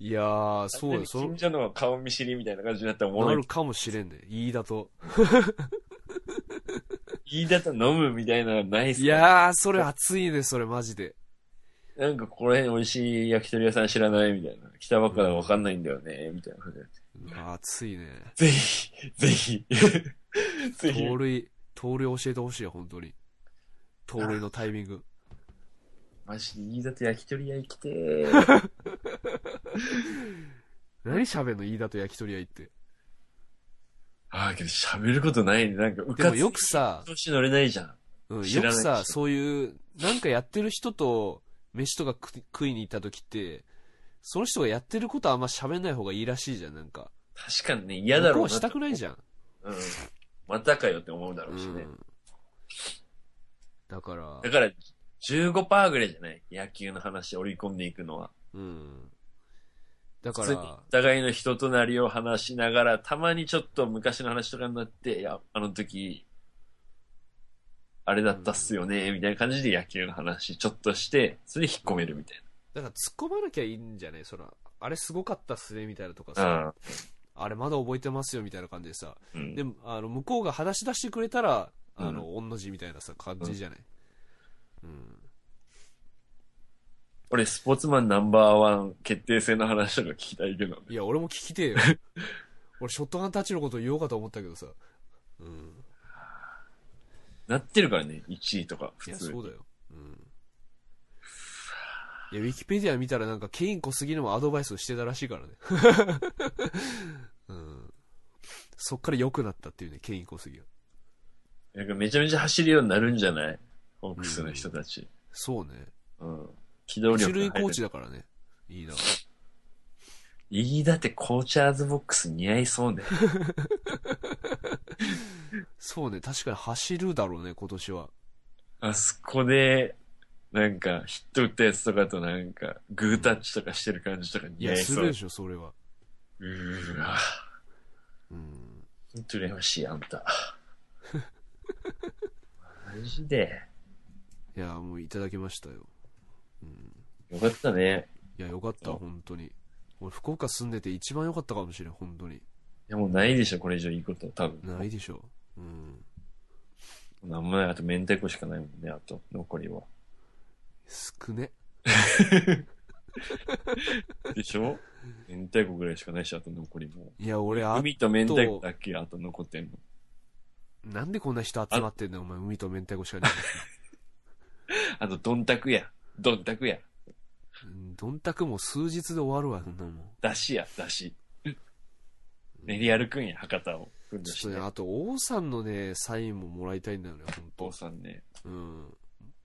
Speaker 1: いやー、 (laughs) そうよ、そ
Speaker 3: (laughs) 近所の顔見知りみたいな感じになったらお
Speaker 1: う、
Speaker 3: も
Speaker 1: な
Speaker 3: ろ
Speaker 1: る
Speaker 3: い。
Speaker 1: かもしれんね。飯 (laughs) 田と。
Speaker 3: 飯田と飲むみたいなのないっすか
Speaker 1: いやー、それ熱いね、それマジで。
Speaker 3: なんかここら辺美味しい焼き鳥屋さん知らないみたいな。来たばっかだわかんないんだよね、みたいな感じで。
Speaker 1: うわ熱いね。
Speaker 3: ぜひ、ぜひ、 (laughs) ぜひ
Speaker 1: 盗。塁、盗塁教えてほしいよ、本当に。盗塁のタイミング。
Speaker 3: マジで飯田と焼き鳥屋行きて
Speaker 1: (laughs)
Speaker 3: ー。
Speaker 1: 何喋んの飯田と焼き鳥屋行って。
Speaker 3: ああ、けど喋ることないね。なんか、う
Speaker 1: で
Speaker 3: か
Speaker 1: も
Speaker 3: つ
Speaker 1: よくさ、
Speaker 3: 調子乗れないじゃん。
Speaker 1: うん、
Speaker 3: 知
Speaker 1: よ
Speaker 3: らない
Speaker 1: く
Speaker 3: し
Speaker 1: さ、そういう、なんかやってる人と、飯とか食食いに行った時って、その人がやってることはあんま喋んない方がいいらしいじゃん、なんか。
Speaker 3: 確かにね、嫌だろ
Speaker 1: 向
Speaker 3: う
Speaker 1: こ
Speaker 3: な
Speaker 1: うは
Speaker 3: と。
Speaker 1: したくないじゃん。
Speaker 3: うん。またかよって思うだろ
Speaker 1: う
Speaker 3: うしね。
Speaker 1: ん。だから
Speaker 3: だ、から、15%ぐらいじゃない野球の話織り込んでいくのは。
Speaker 1: うん。だか
Speaker 3: 普通にお
Speaker 1: ら、
Speaker 3: 互いの人となりを話しながら、たまにちょっと昔の話とかになって、いや、あの時、あれだったっすよね、みたいな感じで野球の話ちょっとして、それで引っ込めるみたい
Speaker 1: だから突っ込まなきゃいいんじゃないそら、あれすごかったっすね、みたいなとかさ、
Speaker 3: な。
Speaker 1: あれまだ覚えてますよ、みたいな感じでさ、
Speaker 3: うん。
Speaker 1: でも、あの、向こうが話し出してくれたら、あの、御の字みたいなさ、感じじゃない、うん
Speaker 3: 俺、スポーツマンナンバーワン決定戦の話とか聞きたいけどね。
Speaker 1: いや、俺も聞き
Speaker 3: (laughs)
Speaker 1: てえよ。俺、ショットガンタッチのこと言おうかと思ったけどさ。うん。
Speaker 3: なってるからね、1位とか、
Speaker 1: い
Speaker 3: 普
Speaker 1: や、
Speaker 3: 通に。
Speaker 1: そうだよ。うん。いや、ウィキペディア見たらなんか、ケイン小杉のもアドバイスをしてたらしいからね。うん。そっから良くなったっていうね、ケイン小杉は。
Speaker 3: なんかめちゃめちゃ走るようになるんじゃないホークスの人たち。
Speaker 1: そうね。
Speaker 3: うん。機動
Speaker 1: 一
Speaker 3: 力
Speaker 1: 塁
Speaker 3: が
Speaker 1: コ
Speaker 3: 入
Speaker 1: ー
Speaker 3: って
Speaker 1: チ
Speaker 3: る。
Speaker 1: だからね。いいな。
Speaker 3: 飯田ってコーチャーズボックス似合いそうね。
Speaker 1: そうね、確かに走るだろうね、今年は。
Speaker 3: あそこで、なんか、ヒット打ったやつとかとなんか、グータッチとかしてる感じとか
Speaker 1: い
Speaker 3: 似合
Speaker 1: や、
Speaker 3: い
Speaker 1: す
Speaker 3: そう
Speaker 1: るで。しょ、それは。
Speaker 3: うーわ。
Speaker 1: うん。
Speaker 3: ほんと羨ましい、あん
Speaker 1: (laughs)
Speaker 3: た。マジで。
Speaker 1: いや、もういただきましたよ。うん。
Speaker 3: よかったね。
Speaker 1: いや、よかった、
Speaker 3: うん
Speaker 1: 本当に。俺、福岡住んでて一番良かったかもしれん、本当に。
Speaker 3: いや、もうないでしょ、これ以上いいこと。多分。
Speaker 1: ないでしょ。うん。
Speaker 3: なんもない。あと、明太子しかないもんね、あと、残りは。
Speaker 1: 少ね。
Speaker 3: でし
Speaker 1: (laughs)
Speaker 3: ょ明太子ぐらいしかないし、あと残りも。
Speaker 1: いや、俺、あ、
Speaker 3: 海と明太子だけ、あと残ってんの。
Speaker 1: なんでこんな人集まってんだよ、お前、海と明太子しかね
Speaker 3: あと、どんたくや。どんたくや。
Speaker 1: え。うん (laughs) どんたくもう数日で終わるわ、そんなもん。
Speaker 3: だしや、だし。練り歩くんや、博多を。ふんどし
Speaker 1: ちょっ
Speaker 3: ね
Speaker 1: とね、あと、王さんのね、サインももらいたいんだよね、本当
Speaker 3: お父さんね。
Speaker 1: うん。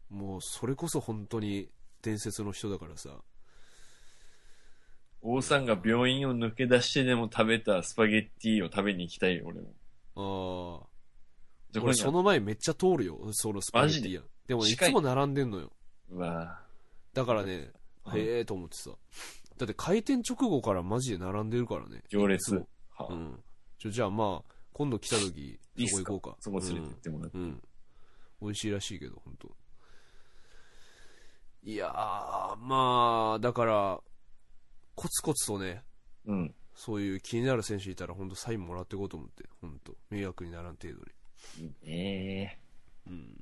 Speaker 1: もう、それこそ本当に伝説の人だからさ。
Speaker 3: 王さんが病院を抜け出してでも食べたスパゲッティを食べに行きたいよ、俺も。
Speaker 1: ああ。
Speaker 3: じゃあ、こ
Speaker 1: 俺、
Speaker 3: れ
Speaker 1: その前めっちゃ通るよ、そのスパゲッティや。でも、い
Speaker 3: 近い
Speaker 1: つも並んでんのよ。
Speaker 3: うわ
Speaker 1: だからね、
Speaker 3: うん
Speaker 1: へえと思ってさ。だって開店直後からマジで並んでるからね。
Speaker 3: 行
Speaker 1: いつ
Speaker 3: 列
Speaker 1: も。
Speaker 3: は
Speaker 1: うん。ちょ、じゃあまあ、今度来た時、
Speaker 3: いいっ
Speaker 1: そ
Speaker 3: す
Speaker 1: こ行
Speaker 3: か
Speaker 1: こうか。
Speaker 3: そこ連れて行ってもらって。
Speaker 1: うん。うん。美味しいらしいけど、本当いやー、まあ、だから、コツコツとね、
Speaker 3: うん。
Speaker 1: そういう気になる選手いたら、本当サインもらっていこうと思って、本当迷惑にならん程度に。
Speaker 3: いいね
Speaker 1: うん。だか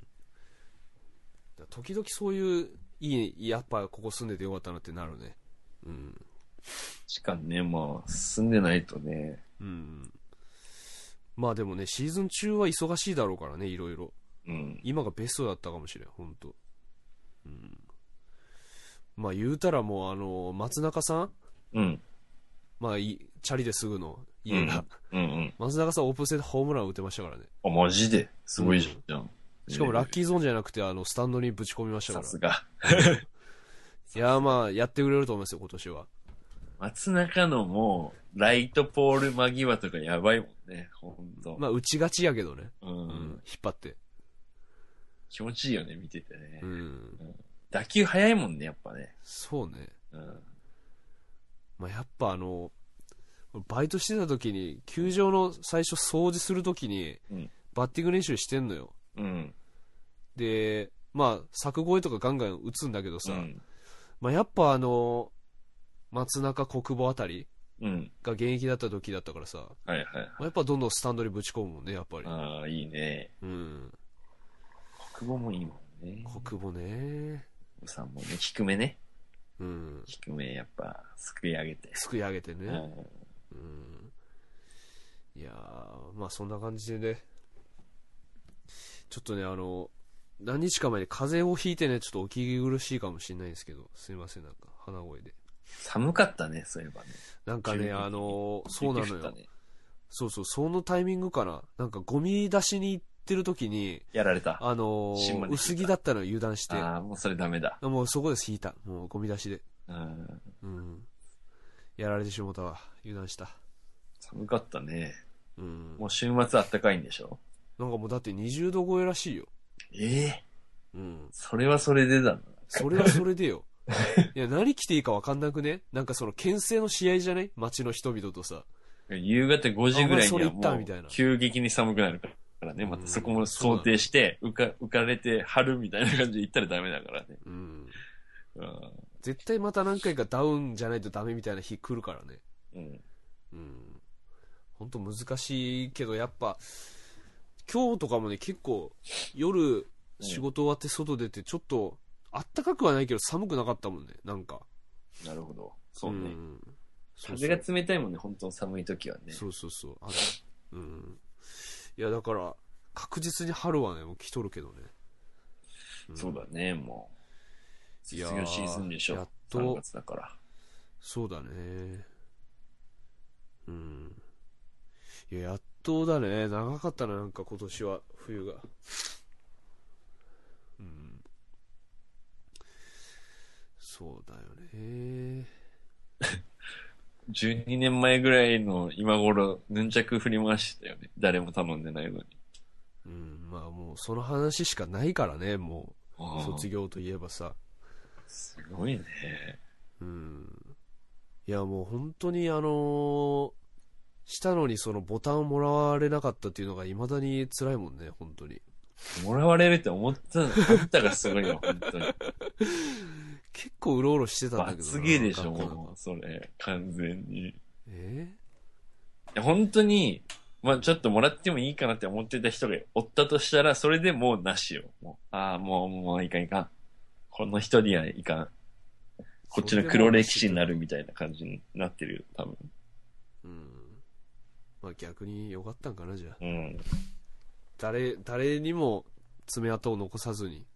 Speaker 1: ら時々そういういい、やっぱここ住んでてよかったなってなるね。うん。
Speaker 3: しかね、まあ、住んでないとね、
Speaker 1: うん。まあでもね、シーズン中は忙しいだろうからね、いろいろ。
Speaker 3: うん。
Speaker 1: 今がベストだったかもしれん、本当。うん。まあ言うたらもう、あの、松中さん
Speaker 3: うん。
Speaker 1: まあい、チャリですぐの家が。
Speaker 3: うんうん。
Speaker 1: 松中さんオープン戦でホームラン打てましたからね。
Speaker 3: あ、マジですごいじゃん。
Speaker 1: しかもラッ
Speaker 3: ー
Speaker 1: キーゾーンじゃなくて、あの、スタンドにぶち込みましたか
Speaker 3: さ
Speaker 1: ら。
Speaker 3: すが。
Speaker 1: いや、まあ、やってくれると思いますよ、今年は。
Speaker 3: 松中のもう、ライトポール間際とかやばいもんね、ほんと。
Speaker 1: まあ、打ちがちやけどね。
Speaker 3: う
Speaker 1: うんん。引っ張って。
Speaker 3: 気持ちいいよね、見ててね。
Speaker 1: うん。
Speaker 3: 打球早いもんね、やっぱね。
Speaker 1: そうね。
Speaker 3: うん。
Speaker 1: まあ、やっぱあの、バイトしてた時に、球場の最初掃除する時に
Speaker 3: うん、
Speaker 1: バッティング練習してんのよ。
Speaker 3: うん。
Speaker 1: で、まあ、柵越えとかガンガン打つんだけどさ、
Speaker 3: うん。
Speaker 1: まあ、やっぱあの、松中国母あたり
Speaker 3: うん。
Speaker 1: が現役だった時だったからさ、ま
Speaker 3: はいはい。
Speaker 1: あ、やっぱどんどんスタンドにぶち込むもんね、やっぱり。
Speaker 3: ああ、いいね。
Speaker 1: うん。
Speaker 3: 国語もいいもんね。
Speaker 1: 国母ね。
Speaker 3: 国さんもね、低めね。
Speaker 1: うん。
Speaker 3: 低め、やっぱ、すくい上げて。
Speaker 1: すくい上げて
Speaker 3: う
Speaker 1: ね。
Speaker 3: ん。
Speaker 1: うん。いやー、まあそんな感じでね。ちょっとね、あの、何日か前に風邪をひいてね、ちょっとお聞き苦しいかもしれないんですけど、すいません、なんか、鼻声で。
Speaker 3: 寒かったね、そういえばね。
Speaker 1: なんかね、
Speaker 3: 急に
Speaker 1: あの、そうなの
Speaker 3: 雪降った
Speaker 1: よ。
Speaker 3: ね
Speaker 1: そうそう、そのタイミングかな。なんかゴミ出しに行ってる時に、
Speaker 3: やられた。あ
Speaker 1: あの
Speaker 3: 新聞、で聞いた
Speaker 1: 薄着だったのを油断して、
Speaker 3: あー、もうそれダメだ。
Speaker 1: もうそこです引いた。もうゴミ出しで。
Speaker 3: うん。
Speaker 1: うん。やられてしもたわ。油断した。
Speaker 3: 寒かったね。
Speaker 1: うん。
Speaker 3: もう週末あったかいんでしょ
Speaker 1: なんかもうだって20度超えらしいよ。
Speaker 3: ええ
Speaker 1: うん。
Speaker 3: それはそれでだな。
Speaker 1: それはそれでよ。いや、何着ていいか分かんなくねなんかその牽制の試合じゃない街の人々とさ。
Speaker 3: 夕方5時ぐらいに
Speaker 1: あお前それ
Speaker 3: は
Speaker 1: 行った
Speaker 3: も
Speaker 1: みたいな
Speaker 3: う急激に寒くなるからね、ま
Speaker 1: う
Speaker 3: た
Speaker 1: ん
Speaker 3: そこも想定して、浮か浮かれて春みたいな感じで行ったらダメだからね。
Speaker 1: うん。
Speaker 3: うん
Speaker 1: 絶対また何回かダウンじゃないとダメみたいな日来るからね。
Speaker 3: うん。
Speaker 1: うん。ほんと難しいけど、やっぱ、今日とかもね、結構夜仕事終わって外出て、ちょっと、あったかくはないけど寒くなかったもんね、なんか。
Speaker 3: なるほど。そうね。
Speaker 1: んそうそ
Speaker 3: 風
Speaker 1: う
Speaker 3: が冷たいもんね、本当寒い時はね。
Speaker 1: そうそうそう。あの、うん。いや、だから、確実に春はね、もう来とるけどね。ん
Speaker 3: そうだね、もう。
Speaker 1: いや
Speaker 3: 卒業シーズンでし
Speaker 1: や
Speaker 3: ょ
Speaker 1: っ。と
Speaker 3: 3月だから。
Speaker 1: そうだね。うん。いや、やっとだね。長かったな、なんか今年は、冬が。うん。そうだよね。
Speaker 3: 12年前ぐらいの今頃、ヌンチャク振り回してたよね。誰も頼んでないのに。
Speaker 1: うん、まあもう、その話しかないからね、もう、卒
Speaker 3: 業。
Speaker 1: 業といえばさ。
Speaker 3: すごいね。
Speaker 1: うん。いや、もう本当にあのーしたのにそのボタンをもらわれなかったっていうのが未だに辛いもんね、本当に。
Speaker 3: もらわれるって思ったの、あんたがすごいよ、
Speaker 1: (laughs)
Speaker 3: 本当に。
Speaker 1: 結構うろうろしてたんだけどな。
Speaker 3: 罰ゲーでし
Speaker 1: 学
Speaker 3: ょ、
Speaker 1: 校なんか
Speaker 3: もう、それ。完全に。い
Speaker 1: え
Speaker 3: や本当に、まあちょっともらってもいいかなって思ってた人がおったとしたら、それでもうなしよ。もうああ、もう、もういかんいかん。この一人はいかん。こっちの黒歴史になるみたいな感じになってるよ、多分。
Speaker 1: うん。まあ逆に良かったんかな、じゃあ。
Speaker 3: うん。
Speaker 1: 誰、誰にも爪痕を残さずに。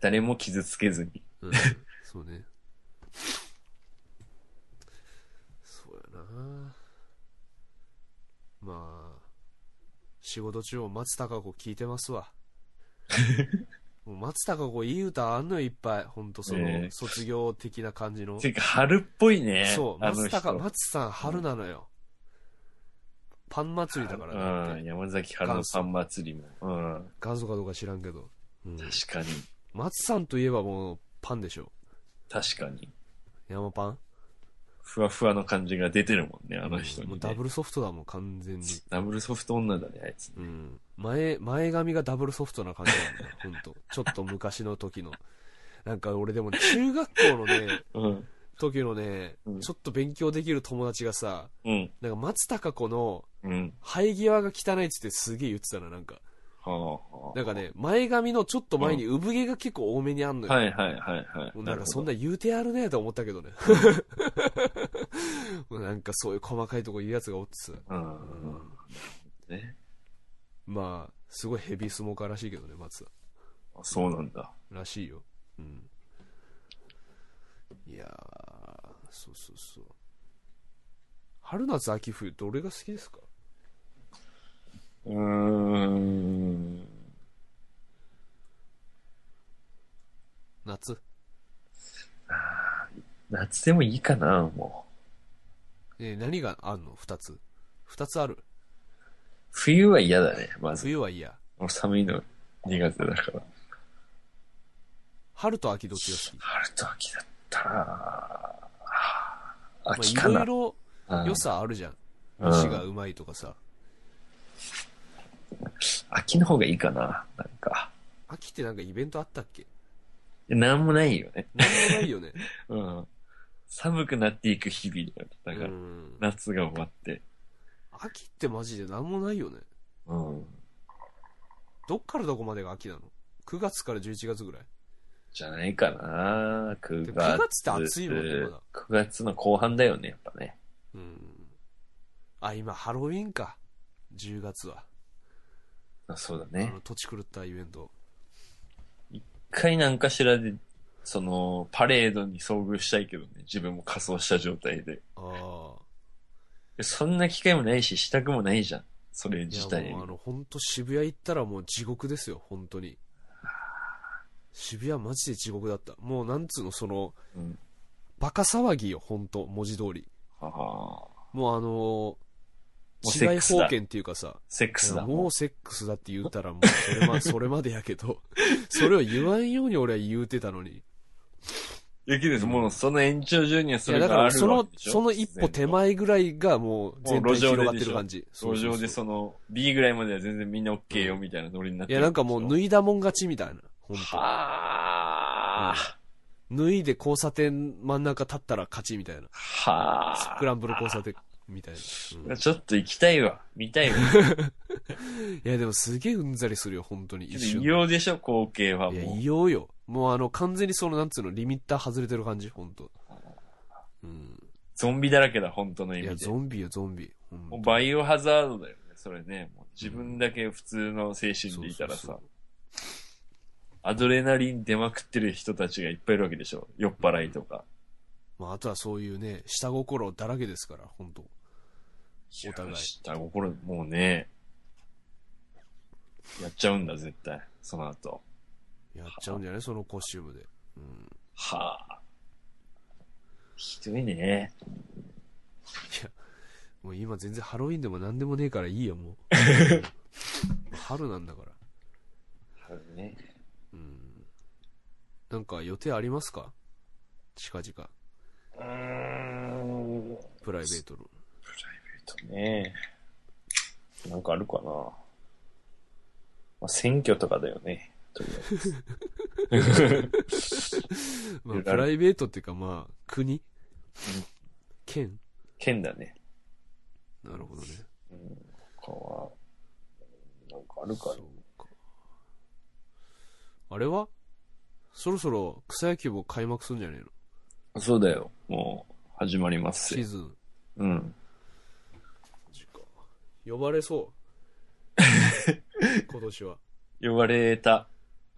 Speaker 3: 誰も傷つけずに。
Speaker 1: うん。そうね。そうやなまあ、仕事中も松たか子聞いてます
Speaker 3: (laughs)
Speaker 1: わ。もう松たか子いい歌あんのよいっぱい。ほんとそ
Speaker 3: え
Speaker 1: の
Speaker 3: え、
Speaker 1: 卒業的な感じの。
Speaker 3: ていうか、春っぽいね。
Speaker 1: そう、
Speaker 3: あの
Speaker 1: 松
Speaker 3: 人。
Speaker 1: 高、松さん、春なのよ。パン祭りだからねだっ
Speaker 3: う
Speaker 1: て
Speaker 3: ん、山崎春のパン祭りも。うん。
Speaker 1: 元祖かどうか知らんけど。うん
Speaker 3: 確かに。
Speaker 1: 松さんといえばもう、パンでしょ。
Speaker 3: 確かに。
Speaker 1: 山パン
Speaker 3: ふわふわの感じが出てるもんね、あの人に、ね。
Speaker 1: もうダブルソフトだもん、完全に。
Speaker 3: ダブルソフト女だね、あいつ。
Speaker 1: うん。前、前髪がダブルソフトな感じなんだよ、ほんと。 (laughs) ちょっと昔の時の。なんか俺でもね中学校のね、 (laughs)
Speaker 3: うん。
Speaker 1: 時のね
Speaker 3: う、ん
Speaker 1: ちょっと勉強できる友達がさ、
Speaker 3: うん。
Speaker 1: なんか松たか子の
Speaker 3: うん。
Speaker 1: 生え際が汚いっつってすげえ言ってたな、なんか。
Speaker 3: はあ、は
Speaker 1: なんかね、前髪のちょっと前に産毛が結構多めにあんのよ。
Speaker 3: はいはいはいはい。
Speaker 1: もうなんかそん
Speaker 3: な
Speaker 1: な言うてやるねと思ったけどね。 (laughs) もうなんかそういう細かいとこ言うやつがおってさ。
Speaker 3: るほど。うん。ね。
Speaker 1: まあ、すごいヘビースモーカーらしいけどね、松田。
Speaker 3: あそうなんだ。
Speaker 1: らしいよ。うん。いやー、そうそうそう。春夏秋冬、どれが好きですか
Speaker 3: うーん。
Speaker 1: 夏。
Speaker 3: 夏でもいいかな、もう。
Speaker 1: えー何があんの二つ。二つある。
Speaker 3: 冬は嫌だね、まず。
Speaker 1: 冬は嫌。
Speaker 3: もう寒いの苦手だから。
Speaker 1: 春と秋どっちが好き
Speaker 3: 春と秋だったら、
Speaker 1: まあ
Speaker 3: 秋かな。
Speaker 1: いろいろ良さあるじゃん。
Speaker 3: うん
Speaker 1: 飯がうまいとかさ。
Speaker 3: 秋の方がいいかな、なんか。
Speaker 1: 秋ってなんかイベントあったっけ
Speaker 3: なんもないよね。
Speaker 1: なんもないよ
Speaker 3: (laughs)
Speaker 1: ね。
Speaker 3: うん。寒くなっていく日々だよだから、
Speaker 1: うん
Speaker 3: 夏が終わって。
Speaker 1: 秋ってマジでなんもないよね。
Speaker 3: うん。
Speaker 1: どっからどこまでが秋なの ?9 月から11月ぐらい。
Speaker 3: じゃないかな、
Speaker 1: で
Speaker 3: 9
Speaker 1: も
Speaker 3: 月。
Speaker 1: 9月って暑いもんねまだ
Speaker 3: 9月の後半だよね、やっぱね。
Speaker 1: うん。あ、今ハロウィンか。10月は。
Speaker 3: あそうだ
Speaker 1: あ
Speaker 3: ね
Speaker 1: の。土地狂ったイベント。
Speaker 3: 一回なんかしらで、その、パレードに遭遇したいけどね、自分も仮装した状態で。
Speaker 1: ああ。
Speaker 3: でそんな機会もないし、したくもないじゃん。それ
Speaker 1: い
Speaker 3: 自体
Speaker 1: やもうあの、本当渋谷行ったらもう地獄ですよ、本当に。渋谷マジで地獄だった。もうなんつうの、その、
Speaker 3: うん。
Speaker 1: バカ騒ぎよ、本当文字通り。
Speaker 3: はは
Speaker 1: もうあの
Speaker 3: う
Speaker 1: ー、
Speaker 3: セ
Speaker 1: 違
Speaker 3: ッ
Speaker 1: い
Speaker 3: クスだ
Speaker 1: 封建っていうかさ、
Speaker 3: セックスだ。
Speaker 1: もうセックスだって言うたらもうそれま、それまでやけど、 (laughs) それを言わんように俺は言うてたのに。
Speaker 3: いやけど、もうその延長上にはそ
Speaker 1: いや
Speaker 3: れ
Speaker 1: だか
Speaker 3: があ
Speaker 1: ら
Speaker 3: る
Speaker 1: そ
Speaker 3: わ
Speaker 1: の
Speaker 3: け、でしょ
Speaker 1: その一歩手。前ぐらいがもう全体に広がってる感じ。
Speaker 3: 路上でその B ぐらいまでは全然みんな OK よみたいなノリになっ
Speaker 1: い
Speaker 3: てる
Speaker 1: やなんかもう脱
Speaker 3: い
Speaker 1: いだもん勝ちみたいな。本
Speaker 3: はあ、
Speaker 1: 当脱いで交差点真ん中立ったら勝ちみたいな。ス
Speaker 3: は
Speaker 1: クランブル交差点みたいな。うん
Speaker 3: あ。ちょっと行きたいわ。見たいわ。 (laughs)
Speaker 1: いやでもすげえうんざりするよ、本当に (laughs)
Speaker 3: け
Speaker 1: 一瞬
Speaker 3: ど異
Speaker 1: で。
Speaker 3: 様でしょ、光景はも
Speaker 1: いや、
Speaker 3: う
Speaker 1: 異。様よ。もうあの、完全にその、なんつうの、リミッター外れてる感じ、ほんと。うん。
Speaker 3: ゾンビだらけだ、本当の意
Speaker 1: いや、
Speaker 3: 味で
Speaker 1: ゾ。ンビよ、ゾンビ。ほんと
Speaker 3: もうバイオハザードだよね、それね。もう自分だけ普通の精神でいたら
Speaker 1: そうそ
Speaker 3: さ
Speaker 1: う、
Speaker 3: アドレナリン出まくってる人たちがいっぱいいるわけでしょ。酔っ払いとか。
Speaker 1: まあ、あとはそういうね、下心だらけですから、ほんと。お互い
Speaker 3: 下心、もうね、やっちゃうんだ、絶対。その後。
Speaker 1: やっちゃうんじゃないそのコスチュームで。うん。
Speaker 3: はあ。ひどいね。
Speaker 1: もう今全然ハロウィンでも何でもねえからいいよ、
Speaker 3: (laughs)
Speaker 1: もう。春なんだから。
Speaker 3: ね。
Speaker 1: うん。なんか予定ありますか近々。
Speaker 3: うーん。
Speaker 1: プライベートの。
Speaker 3: とね。なんかあるかな。まあ、選挙とかだよね。とりあえず (laughs)
Speaker 1: まあ、プライベートっていうか、まあ、国県
Speaker 3: 県だね。
Speaker 1: なるほどね。
Speaker 3: 他は、なんかあるか
Speaker 1: そうかあれはそろそろ草野球も開幕するんじゃねえの
Speaker 3: な。そうだよ。もう、始まります
Speaker 1: シーズン。
Speaker 3: うん。
Speaker 1: 呼ばれそう。 (laughs) 今年は。
Speaker 3: 呼ばれた。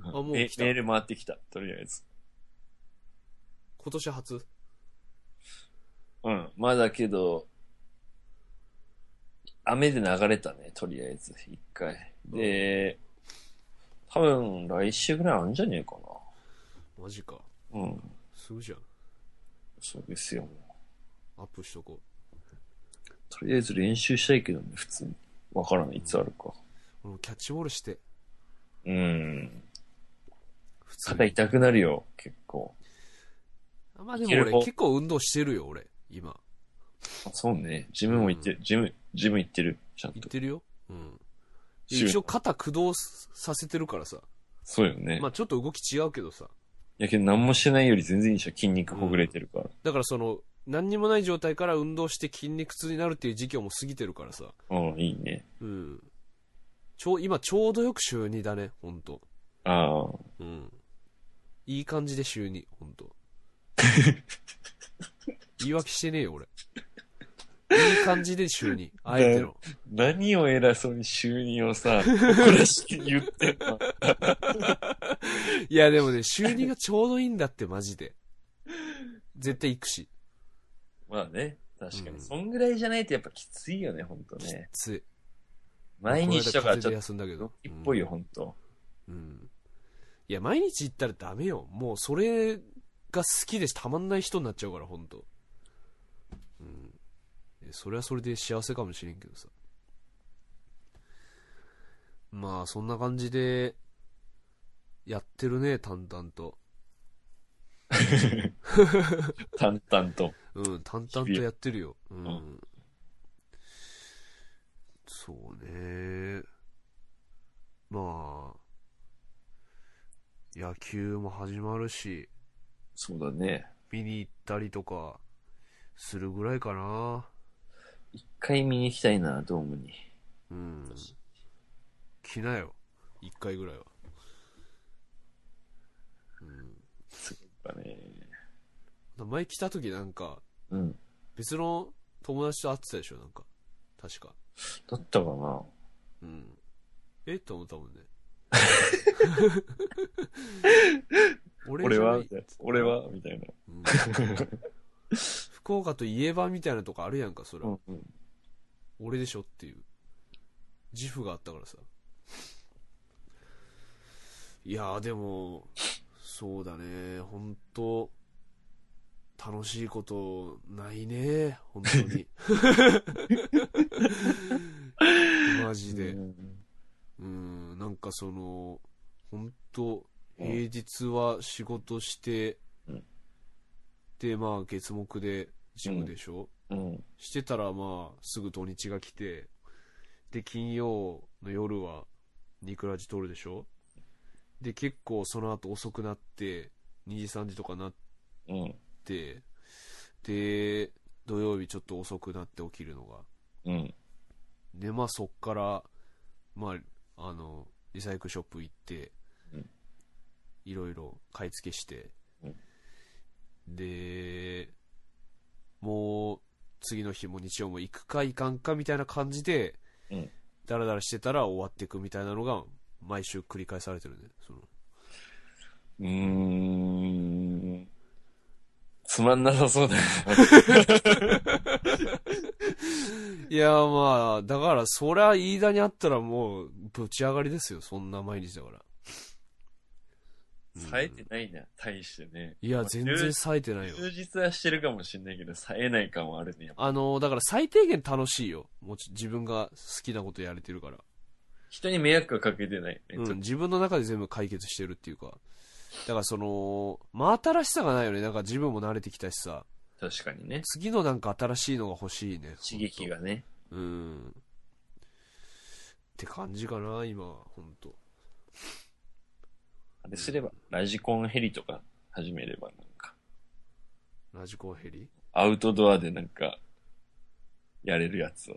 Speaker 3: あ
Speaker 1: もう
Speaker 3: メ
Speaker 1: 来た
Speaker 3: メール回ってきた。とりあえず。
Speaker 1: 今年初。
Speaker 3: うん。まあだけど、雨で流れたね、とりあえず、一回。で、多分来週ぐらいあんじゃねえか
Speaker 1: マジか。
Speaker 3: な。うん。
Speaker 1: すぐじゃん。
Speaker 3: そうですよ。
Speaker 1: アップしとこ
Speaker 3: とりあえず練習したいけどね、普通に。わからない、いつあるか。
Speaker 1: う。俺もキャッチボールして。
Speaker 3: うん。
Speaker 1: 普通
Speaker 3: 肩
Speaker 1: に。
Speaker 3: 痛くなるよ、結構。
Speaker 1: あまあで
Speaker 3: いけ
Speaker 1: も
Speaker 3: る
Speaker 1: 俺
Speaker 3: 方
Speaker 1: 結構運動してるよ、俺。今。
Speaker 3: そうね。ジムも行ってる、ジム、ジム行ってる、ちゃん
Speaker 1: 言っ
Speaker 3: と。
Speaker 1: てるよ。うん。
Speaker 3: 週
Speaker 1: 一応肩駆動させてるからさ。
Speaker 3: そうよね。
Speaker 1: まあちょっと動き違うけどさ。
Speaker 3: やけど何もしてないより全然いいでしょ、筋肉ほぐれてるから。
Speaker 1: だからその、何にもない状態から運動して筋肉痛になるっていう時期をもう過ぎてるからさ。
Speaker 3: うん、いいね。
Speaker 1: うん。ちょう、今ちょうどよく週2だね、ほんと。
Speaker 3: ああ。
Speaker 1: うん。いい感じで週2、ほんと。言い訳してねえよ、俺。いい感じで週2。あえての。
Speaker 3: 何を偉そうに就任をさ、誇らしく言ってんの。 (laughs)
Speaker 1: いや、でもね、週2がちょうどいいんだって、マジで。絶対行くし。
Speaker 3: まあね、確かに。
Speaker 1: うん
Speaker 3: そんぐらいじゃないとやっぱきついよね、ほんとね。
Speaker 1: つい。
Speaker 3: 毎日と
Speaker 1: この間
Speaker 3: か
Speaker 1: 風
Speaker 3: ち
Speaker 1: 邪で
Speaker 3: ょっ
Speaker 1: 休んだけ
Speaker 3: と
Speaker 1: ど。、
Speaker 3: いっぽいよ、ほんと。
Speaker 1: うん。うん。いや、毎日行ったらダメよ。もう、それが好きでたまんない人になっちゃうから、ほんと。うん。えそれはそれで幸せかもしれんけどさ。まあ、そんな感じで、やってるね、淡々と。
Speaker 3: 淡々と。
Speaker 1: うん、淡々とやってるよ。うん。
Speaker 3: 々
Speaker 1: そうね。まあ、野球も始まるし、
Speaker 3: そうだね。
Speaker 1: 見に行ったりとか、するぐらいかな。
Speaker 3: 一回見に行きたいな、ドームに。
Speaker 1: うん。来なよ。一回ぐらいは。
Speaker 3: やっぱね。
Speaker 1: 前来た時なんか、
Speaker 3: うん。
Speaker 1: 別の友達と会ってたでしょ、なんか。確か。
Speaker 3: だったかな。
Speaker 1: うん。えって思ったもんね。 (laughs) 俺
Speaker 3: 俺
Speaker 1: じゃない
Speaker 3: は、俺、は、みたいな。
Speaker 1: うん福岡といえばみたいなとこあるやんか、それ、
Speaker 3: うんうん。
Speaker 1: 俺でしょっていう。自負があったからさ。いやーでも、そうだね、ほんと、楽しいことないね、本当に。 (laughs) マジで。うん、なんかその、本当
Speaker 3: うん
Speaker 1: 平日は仕事して、
Speaker 3: うん
Speaker 1: で、まあ、月目でジムでしょ、
Speaker 3: うん。
Speaker 1: してたら、まあ、すぐ土日が来て、で、金曜の夜は、ニクラジ撮るでしょで、結構その後遅くなって、2時3時とかなっ
Speaker 3: うん。
Speaker 1: て、で、土曜日ちょっと遅くなって起きるのが。
Speaker 3: うん。
Speaker 1: でまあそっからまああのリサイクルショップ行って、
Speaker 3: うん
Speaker 1: いろいろ買い付けして、
Speaker 3: うん
Speaker 1: でもう次の日も日曜も行くか行かんかみたいな感じで、
Speaker 3: うん
Speaker 1: ダラダラしてたら終わっていくみたいなのが毎週繰り返されてるねその
Speaker 3: うーん。つまんなさそうだよ。
Speaker 1: いやまあだからそりゃ飯田にあったらもうぶち上がりですよそんな毎日だから
Speaker 3: 冴えてないな、対してね。
Speaker 1: いや
Speaker 3: まあ
Speaker 1: 全然冴えてないよ
Speaker 3: 充実はしてるかもしれないけど、冴えない感はあるね。やっぱ
Speaker 1: あの、だから最低限楽しいよ。もち自分が好きなことやれてるから。
Speaker 3: 人に迷惑はかけてないね。
Speaker 1: う
Speaker 3: ちょ
Speaker 1: ん、
Speaker 3: っと
Speaker 1: 自分の中で全部解決してるっていうか。だからその、真新しさがないよね。なんか自分も慣れてきたしさ。
Speaker 3: 確かにね。
Speaker 1: 次のなんか新しいのが欲しいね。
Speaker 3: 刺激がね。
Speaker 1: うん。って感じかな、今は。ほんと。
Speaker 3: あれすれば、ラジコンヘリとか始めればなんか、
Speaker 1: ラジコンヘリ
Speaker 3: アウトドアでなんか、やれるやつを。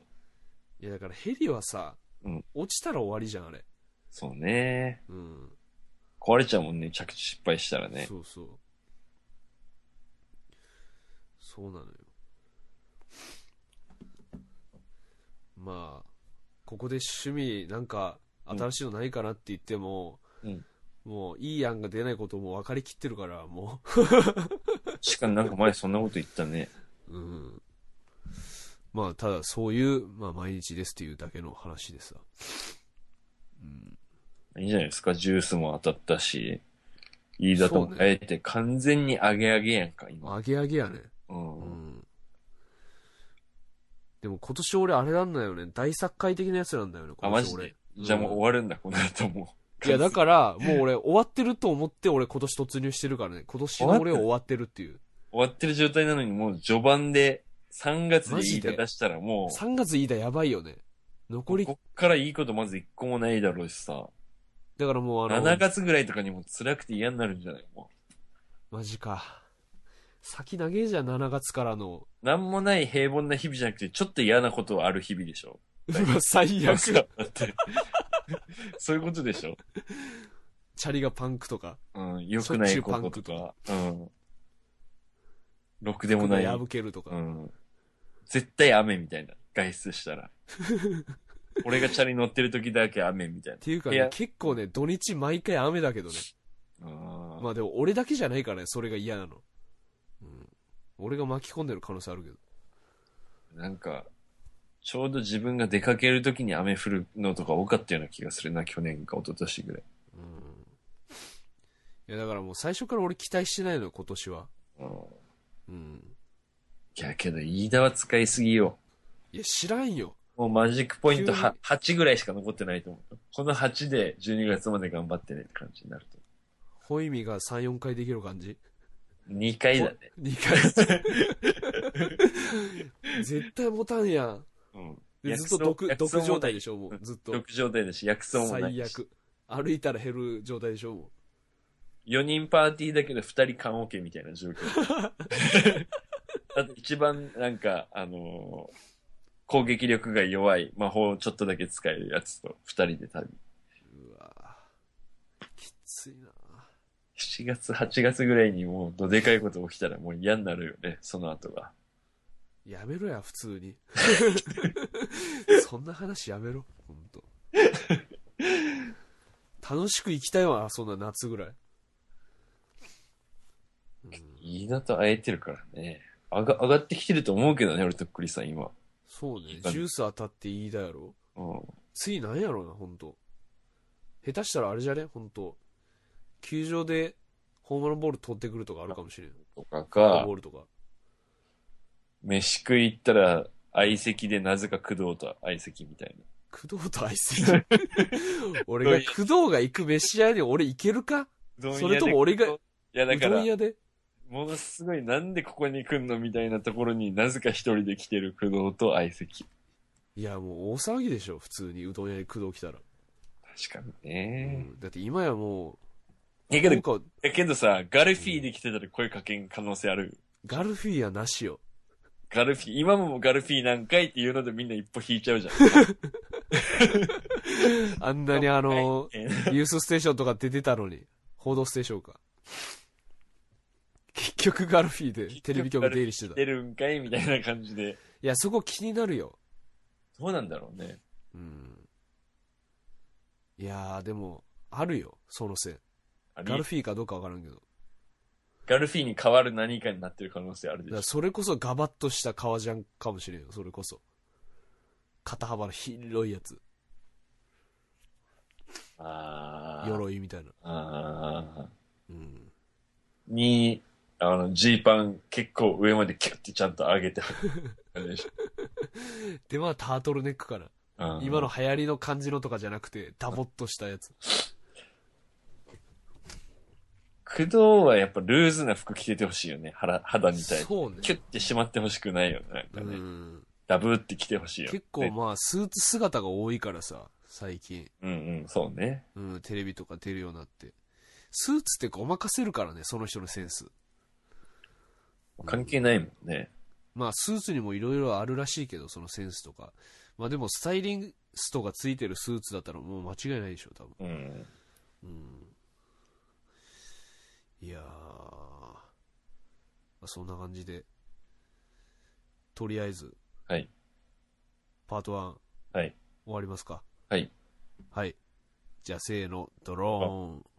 Speaker 1: いや、だからヘリはさ、
Speaker 3: うん
Speaker 1: 落ちたら終わりじゃん、あれ。
Speaker 3: そうね。
Speaker 1: うん。
Speaker 3: 壊れちゃうもんね、着地失敗したら
Speaker 1: (laughs)
Speaker 3: ね。
Speaker 1: そうそう。そうなのよ。まあ、ここで趣味なんか新しいのないかなって言っても、
Speaker 3: うん
Speaker 1: もういい案が出ないことも分かりきってるから、も
Speaker 3: しかもなんか前そんなこと言ったね。 (laughs)
Speaker 1: う。うん。まあ、ただそういう、まあ毎日ですっていうだけの話でさ。うん。
Speaker 3: いいんじゃないですか、ジュースも当たったし。いいだと
Speaker 1: そうね
Speaker 3: あえて完全にアゲアゲやんか、今。
Speaker 1: あげあげやね。
Speaker 3: う。
Speaker 1: うんん。でも今年俺あれなんだよね。大作界的なやつなんだよね。今
Speaker 3: あ、マ
Speaker 1: 年
Speaker 3: ジ
Speaker 1: 俺
Speaker 3: で。じゃあもう終わるんだ、この後もう。
Speaker 1: いや、だから、もう俺、終わってると思って、俺今年突入してるからね。今年の俺は終わってるっていう。
Speaker 3: 終わってる状態なのに、もう序盤で、3月
Speaker 1: マ
Speaker 3: でい
Speaker 1: ジ
Speaker 3: い
Speaker 1: で
Speaker 3: 出出したらもう、
Speaker 1: 3月いいだやばいよね。残り、だ
Speaker 3: こっからいいことまず1個もないだろうしさ。
Speaker 1: からもうあ
Speaker 3: 7
Speaker 1: の、
Speaker 3: 月ぐらいとかにも辛くて嫌になるんじゃないも
Speaker 1: マジか。先長えじゃん、7月からの。
Speaker 3: う。なんもない平凡な日々じゃなくて、ちょっと嫌なことある日々でしょ。
Speaker 1: うわ最
Speaker 3: なん
Speaker 1: 悪。
Speaker 3: かだって、そういうことでしょ
Speaker 1: チャリがパンクとか、
Speaker 3: うん、良くないこととか、うん。ろくでもない。
Speaker 1: 破けるとか、
Speaker 3: うん。絶対雨みたいな。外出したら。俺がチャリ乗ってる時だけ雨みたい
Speaker 1: っていうか
Speaker 3: い
Speaker 1: ね
Speaker 3: や、
Speaker 1: 結構ね、土日毎回雨だけどね。
Speaker 3: な。あー
Speaker 1: まあでも俺だけじゃないからね、それが嫌なの。うん。俺が巻き込んでる可能性あるけど。
Speaker 3: なんか、ちょうど自分が出かける時に雨降るのとか多かったような気がするな、去年か一昨年ぐらい。
Speaker 1: うん。いやだからもう最初から俺期待してないのよ、今年は。
Speaker 3: うん。
Speaker 1: うん。
Speaker 3: いやけど、飯田は使いすぎよ。
Speaker 1: いや、知らんよ。
Speaker 3: もうマジックポイントは
Speaker 1: 急に
Speaker 3: 8ぐらいしか残ってないと思う。この8で12月まで頑張ってねって感じになると。
Speaker 1: ホイミが3、4回できる感じ
Speaker 3: 2回だね。
Speaker 1: ?2 回。絶対ボタンやん。
Speaker 3: うん。
Speaker 1: でずっと毒、毒状態でしょ、もう。ずっと。
Speaker 3: 毒状態だし、薬草もない
Speaker 1: 最
Speaker 3: し。
Speaker 1: 悪。歩いたら減る状態でしょ、もう。
Speaker 3: 4人パーティーだけど2人缶オケみたいな状況。だって一番なんか、あのー攻撃力が弱い魔法をちょっとだけ使えるやつと2人で旅。
Speaker 1: うわきついな
Speaker 3: 7月、8月ぐらいにもうどでかいこと起きたらもう嫌になるよね、その後が。
Speaker 1: やめろや普通
Speaker 3: (laughs)
Speaker 1: にそんな話やめろほんと楽しく生きたいわそんな夏ぐらい、うん
Speaker 3: いいなと会えてるからね。上が上がってきてると思うけどね、俺とっくりさん今。
Speaker 1: そうね
Speaker 3: いい感
Speaker 1: ジュ
Speaker 3: じ
Speaker 1: ース当たっていいだやろ
Speaker 3: うん。
Speaker 1: 次なんやろうなほんと下手したらあれじゃねほんと球場でホームランボール取ってくるとかあるかもしれん
Speaker 3: とか
Speaker 1: フォア
Speaker 3: か
Speaker 1: ボ、ールとか
Speaker 3: 飯食い行ったら相席でなぜか工藤と相席みたいな。
Speaker 1: 工藤と相
Speaker 3: (laughs)
Speaker 1: 席俺が工藤が行く飯屋に俺行けるかそれとも俺が
Speaker 3: いやだ
Speaker 1: う
Speaker 3: か
Speaker 1: ど
Speaker 3: ら
Speaker 1: ん、屋で
Speaker 3: ものすごいなんでここに来んのみたいなところになぜか一人で来てる工藤と相席。
Speaker 1: いやもう大騒ぎでしょ普通にうどん屋に工藤来たら、
Speaker 3: 確かにね。
Speaker 1: うんだって今やも
Speaker 3: いうやけ
Speaker 1: 効
Speaker 3: ど、
Speaker 1: 果を
Speaker 3: やけどさ、ガルフィーで来てたら声かけん可能性ある。
Speaker 1: ガルフィーやなしよ (laughs)
Speaker 3: ガルフィー、今もガルフィー何回っていうのでみんな一歩引いちゃうじ
Speaker 1: (laughs)
Speaker 3: ゃん。
Speaker 1: あんなにあの
Speaker 3: え
Speaker 1: ユースステーションとか出てたのに報道ステーションか結局ガルフィーでテレビ局出入りしてたい
Speaker 3: 出るんかいみたいな感じで。
Speaker 1: やそこ気になるよ
Speaker 3: どうなんだろうね。
Speaker 1: うんいやーでもあるよその線
Speaker 3: あ
Speaker 1: ガル
Speaker 3: れ
Speaker 1: フィーかどうかわからんけど
Speaker 3: ガルフィーに変わる何かになってる可能性ある
Speaker 1: だか
Speaker 3: で
Speaker 1: ら
Speaker 3: し
Speaker 1: それこそガバッとした革ジャンかもしれんよそれこそ肩幅の広いやつ
Speaker 3: ょ。あー
Speaker 1: 鎧みたいな
Speaker 3: あ
Speaker 1: うん
Speaker 3: ー。に、あの、ジーパン結構上までキュッてちゃんと上げて履く感じでしょ
Speaker 1: でまあタートルネックかな、
Speaker 3: う
Speaker 1: (laughs)
Speaker 3: ん
Speaker 1: 今の流行りの感じのとかじゃなくてダボっとしたやつ
Speaker 3: 工藤はやっぱルーズな服着ててほしいよね。肌、肌みたいに。
Speaker 1: そうね
Speaker 3: キュッて締まってほしくないよね。なんか
Speaker 1: う
Speaker 3: ね。
Speaker 1: ん
Speaker 3: ダブって着てほしいよ、ね。
Speaker 1: 結構まあスーツ姿が多いからさ最近、
Speaker 3: うんうん、そうね。
Speaker 1: うん、テレビとか出るようになってスーツってごまかせるからねその人のセンス
Speaker 3: 関係ないもんね。
Speaker 1: まあスーツにもいろいろあるらしいけどそのセンスとかまあでもスタイリンストがついてるスーツだったらもう間違いないでしょ多分
Speaker 3: うん。
Speaker 1: うんいやー、まあそんな感じで、とりあえず、
Speaker 3: はい。
Speaker 1: パート1、
Speaker 3: はい。
Speaker 1: 終わりますか。
Speaker 3: はい。
Speaker 1: はい。じゃあ、せーの、ドローン。